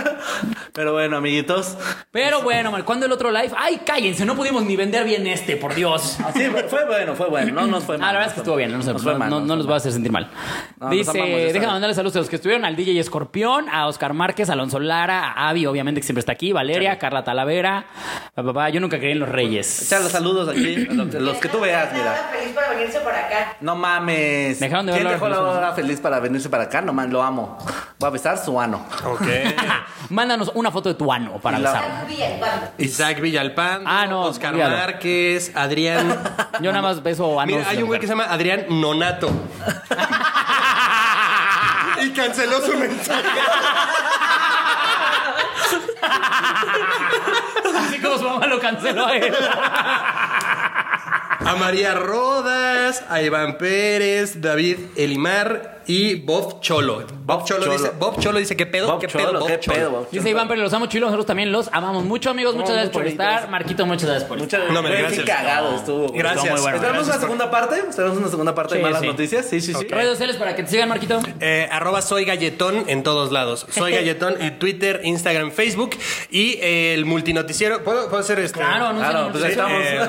[SPEAKER 2] <laughs> Pero bueno, amiguitos.
[SPEAKER 1] Pero bueno, mal, ¿cuándo el otro live? ¡Ay, cállense! No pudimos ni vender bien este, por Dios.
[SPEAKER 2] Así Ah, fue bueno, fue bueno. No nos fue
[SPEAKER 1] Ah,
[SPEAKER 2] mal.
[SPEAKER 1] la verdad es que estuvo bien, no, nos-
[SPEAKER 2] Nos fue
[SPEAKER 1] no-
[SPEAKER 2] mal,
[SPEAKER 1] no-
[SPEAKER 2] nos
[SPEAKER 1] no
[SPEAKER 2] fue
[SPEAKER 1] los
[SPEAKER 2] mal.
[SPEAKER 1] va a hacer sentir mal.
[SPEAKER 2] No,
[SPEAKER 1] Dice,
[SPEAKER 2] los amamos, ya
[SPEAKER 1] déjame
[SPEAKER 2] sabes.
[SPEAKER 1] mandarle saludos a los que estuvieron al DJ Escorpión, a Oscar Márquez, a Alonso Lara, a Avi, obviamente que siempre está aquí, Valeria, Carla Talavera, a papá, yo nunca creí en los reyes.
[SPEAKER 2] Echa los saludos aquí, los, los que tú veas, mira.
[SPEAKER 4] feliz para venirse por acá.
[SPEAKER 2] No mames.
[SPEAKER 1] Dejaron de ver
[SPEAKER 2] ¿Quién
[SPEAKER 1] la
[SPEAKER 2] dejó
[SPEAKER 1] hora
[SPEAKER 2] la
[SPEAKER 1] feliz?
[SPEAKER 2] hora feliz para venirse para acá? No mames, lo amo. Voy a besar su ano.
[SPEAKER 1] <laughs>
[SPEAKER 3] Ok.
[SPEAKER 1] <laughs> Mándanos una foto de tu ano para
[SPEAKER 2] Y la-
[SPEAKER 1] besarlo.
[SPEAKER 4] Salud, Villa, ¿cuándo?
[SPEAKER 3] Isaac Villalpando,
[SPEAKER 1] Ah, no,
[SPEAKER 3] Oscar
[SPEAKER 1] olvídalo.
[SPEAKER 3] Márquez, Adrián.
[SPEAKER 1] <laughs> Yo nada más beso
[SPEAKER 2] Ah,
[SPEAKER 1] anos.
[SPEAKER 3] Mira, hay un güey que se llama Adrián
[SPEAKER 2] <laughs>
[SPEAKER 3] Nonato. y canceló su mensaje.
[SPEAKER 1] Así como su mamá lo canceló a él.
[SPEAKER 3] A María Rodas, a Iván Pérez, David Elimar, y Bob Cholo. Bob Cholo,
[SPEAKER 2] Cholo.
[SPEAKER 3] dice, Bob Cholo dice, ¿qué pedo?
[SPEAKER 2] Bob
[SPEAKER 3] ¿Qué
[SPEAKER 2] Cholo,
[SPEAKER 3] pedo? Bob
[SPEAKER 2] qué
[SPEAKER 3] Cholo.
[SPEAKER 2] pedo, Bob
[SPEAKER 1] <laughs> Dice Iván, pero los amo chilo, nosotros también los amamos mucho, amigos. Muchas
[SPEAKER 2] No,
[SPEAKER 1] gracias por
[SPEAKER 2] mucho,
[SPEAKER 1] estar.
[SPEAKER 2] gracias.
[SPEAKER 1] Marquito, muchas gracias por estar.
[SPEAKER 2] Muchas
[SPEAKER 3] No, hombre,
[SPEAKER 2] Qué
[SPEAKER 3] gracias.
[SPEAKER 2] cagado estuvo. güey.
[SPEAKER 3] Gracias.
[SPEAKER 2] Estuvo muy bueno. ¿Esperamos
[SPEAKER 3] Gracias
[SPEAKER 2] una segunda parte? ¿Esperamos una segunda parte de
[SPEAKER 1] Sí,
[SPEAKER 2] malas
[SPEAKER 1] sí.
[SPEAKER 2] noticias? Sí, sí, sí.
[SPEAKER 1] Redes sociales para que te sigan, Marquito.
[SPEAKER 3] Eh, arroba soy galletón en todos lados. Soy galletón en Twitter, Instagram, Facebook y eh, el multinoticiero. ¿Puedo, puedo hacer este?
[SPEAKER 1] Claro, no
[SPEAKER 2] Claro, pues ahí
[SPEAKER 1] sé.
[SPEAKER 2] estamos.
[SPEAKER 3] Eh,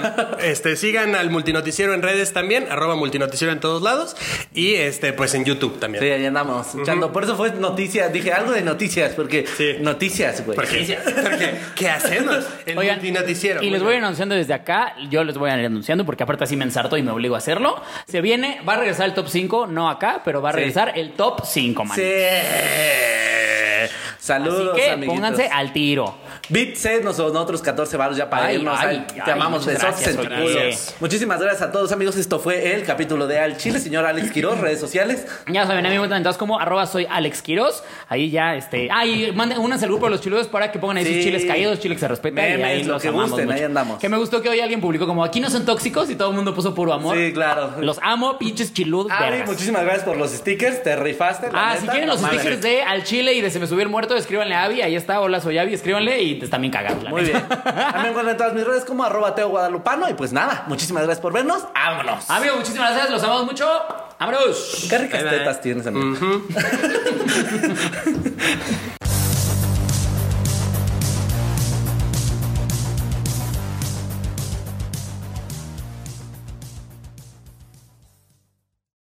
[SPEAKER 3] <laughs> este, sigan al multinoticiero en redes también, arroba multinoticiero en todos lados y este, pues en YouTube también.
[SPEAKER 2] Sí, ahí andamos. echando. Por eso fue noticia. Dije algo de noticias, porque
[SPEAKER 3] Sí.
[SPEAKER 2] noticias, güey.
[SPEAKER 1] <laughs>
[SPEAKER 3] ¿Por qué? Porque, ¿Qué hacemos? El
[SPEAKER 1] Oigan,
[SPEAKER 3] multinoticiero.
[SPEAKER 1] Y les voy anunciando desde acá, yo les voy a ir anunciando porque aparte así me ensarto y me obligo a hacerlo. Se viene, va a regresar el top 5, no acá, pero va a
[SPEAKER 2] Sí.
[SPEAKER 1] regresar el top 5, man.
[SPEAKER 2] Sí.
[SPEAKER 1] Así
[SPEAKER 2] Saludos,
[SPEAKER 1] que
[SPEAKER 2] amiguitos.
[SPEAKER 1] pónganse al tiro.
[SPEAKER 2] Bitset, nosotros otros 14 baros ya para
[SPEAKER 1] Ay,
[SPEAKER 2] irnos.
[SPEAKER 1] ay,
[SPEAKER 2] Ay,
[SPEAKER 1] ay,
[SPEAKER 2] te amamos
[SPEAKER 1] muchas
[SPEAKER 2] besos
[SPEAKER 1] gracias,
[SPEAKER 2] en tu
[SPEAKER 1] oye.
[SPEAKER 2] culo.
[SPEAKER 1] Gracias.
[SPEAKER 2] Muchísimas gracias a todos, amigos. Esto fue el capítulo de Al Chile, señor Alex Quiroz, redes sociales.
[SPEAKER 1] Ya saben, a mí me encuentran en todas como arroba soy Alex Quiroz. Ahí ya, este. Ah, y manden, únanse al grupo de los chiludos para que pongan ahí
[SPEAKER 2] Sí.
[SPEAKER 1] sus chiles caídos, chiles que se respetan. y
[SPEAKER 2] Memes,
[SPEAKER 1] ahí
[SPEAKER 2] lo
[SPEAKER 1] los
[SPEAKER 2] que
[SPEAKER 1] amamos
[SPEAKER 2] gusten,
[SPEAKER 1] mucho.
[SPEAKER 2] ahí andamos.
[SPEAKER 1] Que me gustó que hoy alguien publicó como aquí no son tóxicos y todo el mundo puso puro amor.
[SPEAKER 2] Sí, claro.
[SPEAKER 1] Los amo, pinches chiludos.
[SPEAKER 2] Ari,
[SPEAKER 1] vergas.
[SPEAKER 2] muchísimas gracias por los stickers. Te rifaste. la
[SPEAKER 1] Ah,
[SPEAKER 2] neta.
[SPEAKER 1] si quieren los
[SPEAKER 2] No mames.
[SPEAKER 1] stickers de Al Chile y de Se Me Subió el Muerto, escríbanle a Avi. Ahí está, hola, soy Avi, escríbanle y te están bien cagados. la
[SPEAKER 2] Muy
[SPEAKER 1] neta.
[SPEAKER 2] bien.
[SPEAKER 1] <laughs>
[SPEAKER 2] También me encuentran en todas mis redes como arroba Teo Guadalupano. Y pues nada, muchísimas gracias por vernos. Vámonos.
[SPEAKER 1] Amigo, muchísimas gracias, los amamos mucho. ¡Vámonos!
[SPEAKER 2] Qué ricas
[SPEAKER 3] Bye, bye.
[SPEAKER 2] tetas tienes, amigo.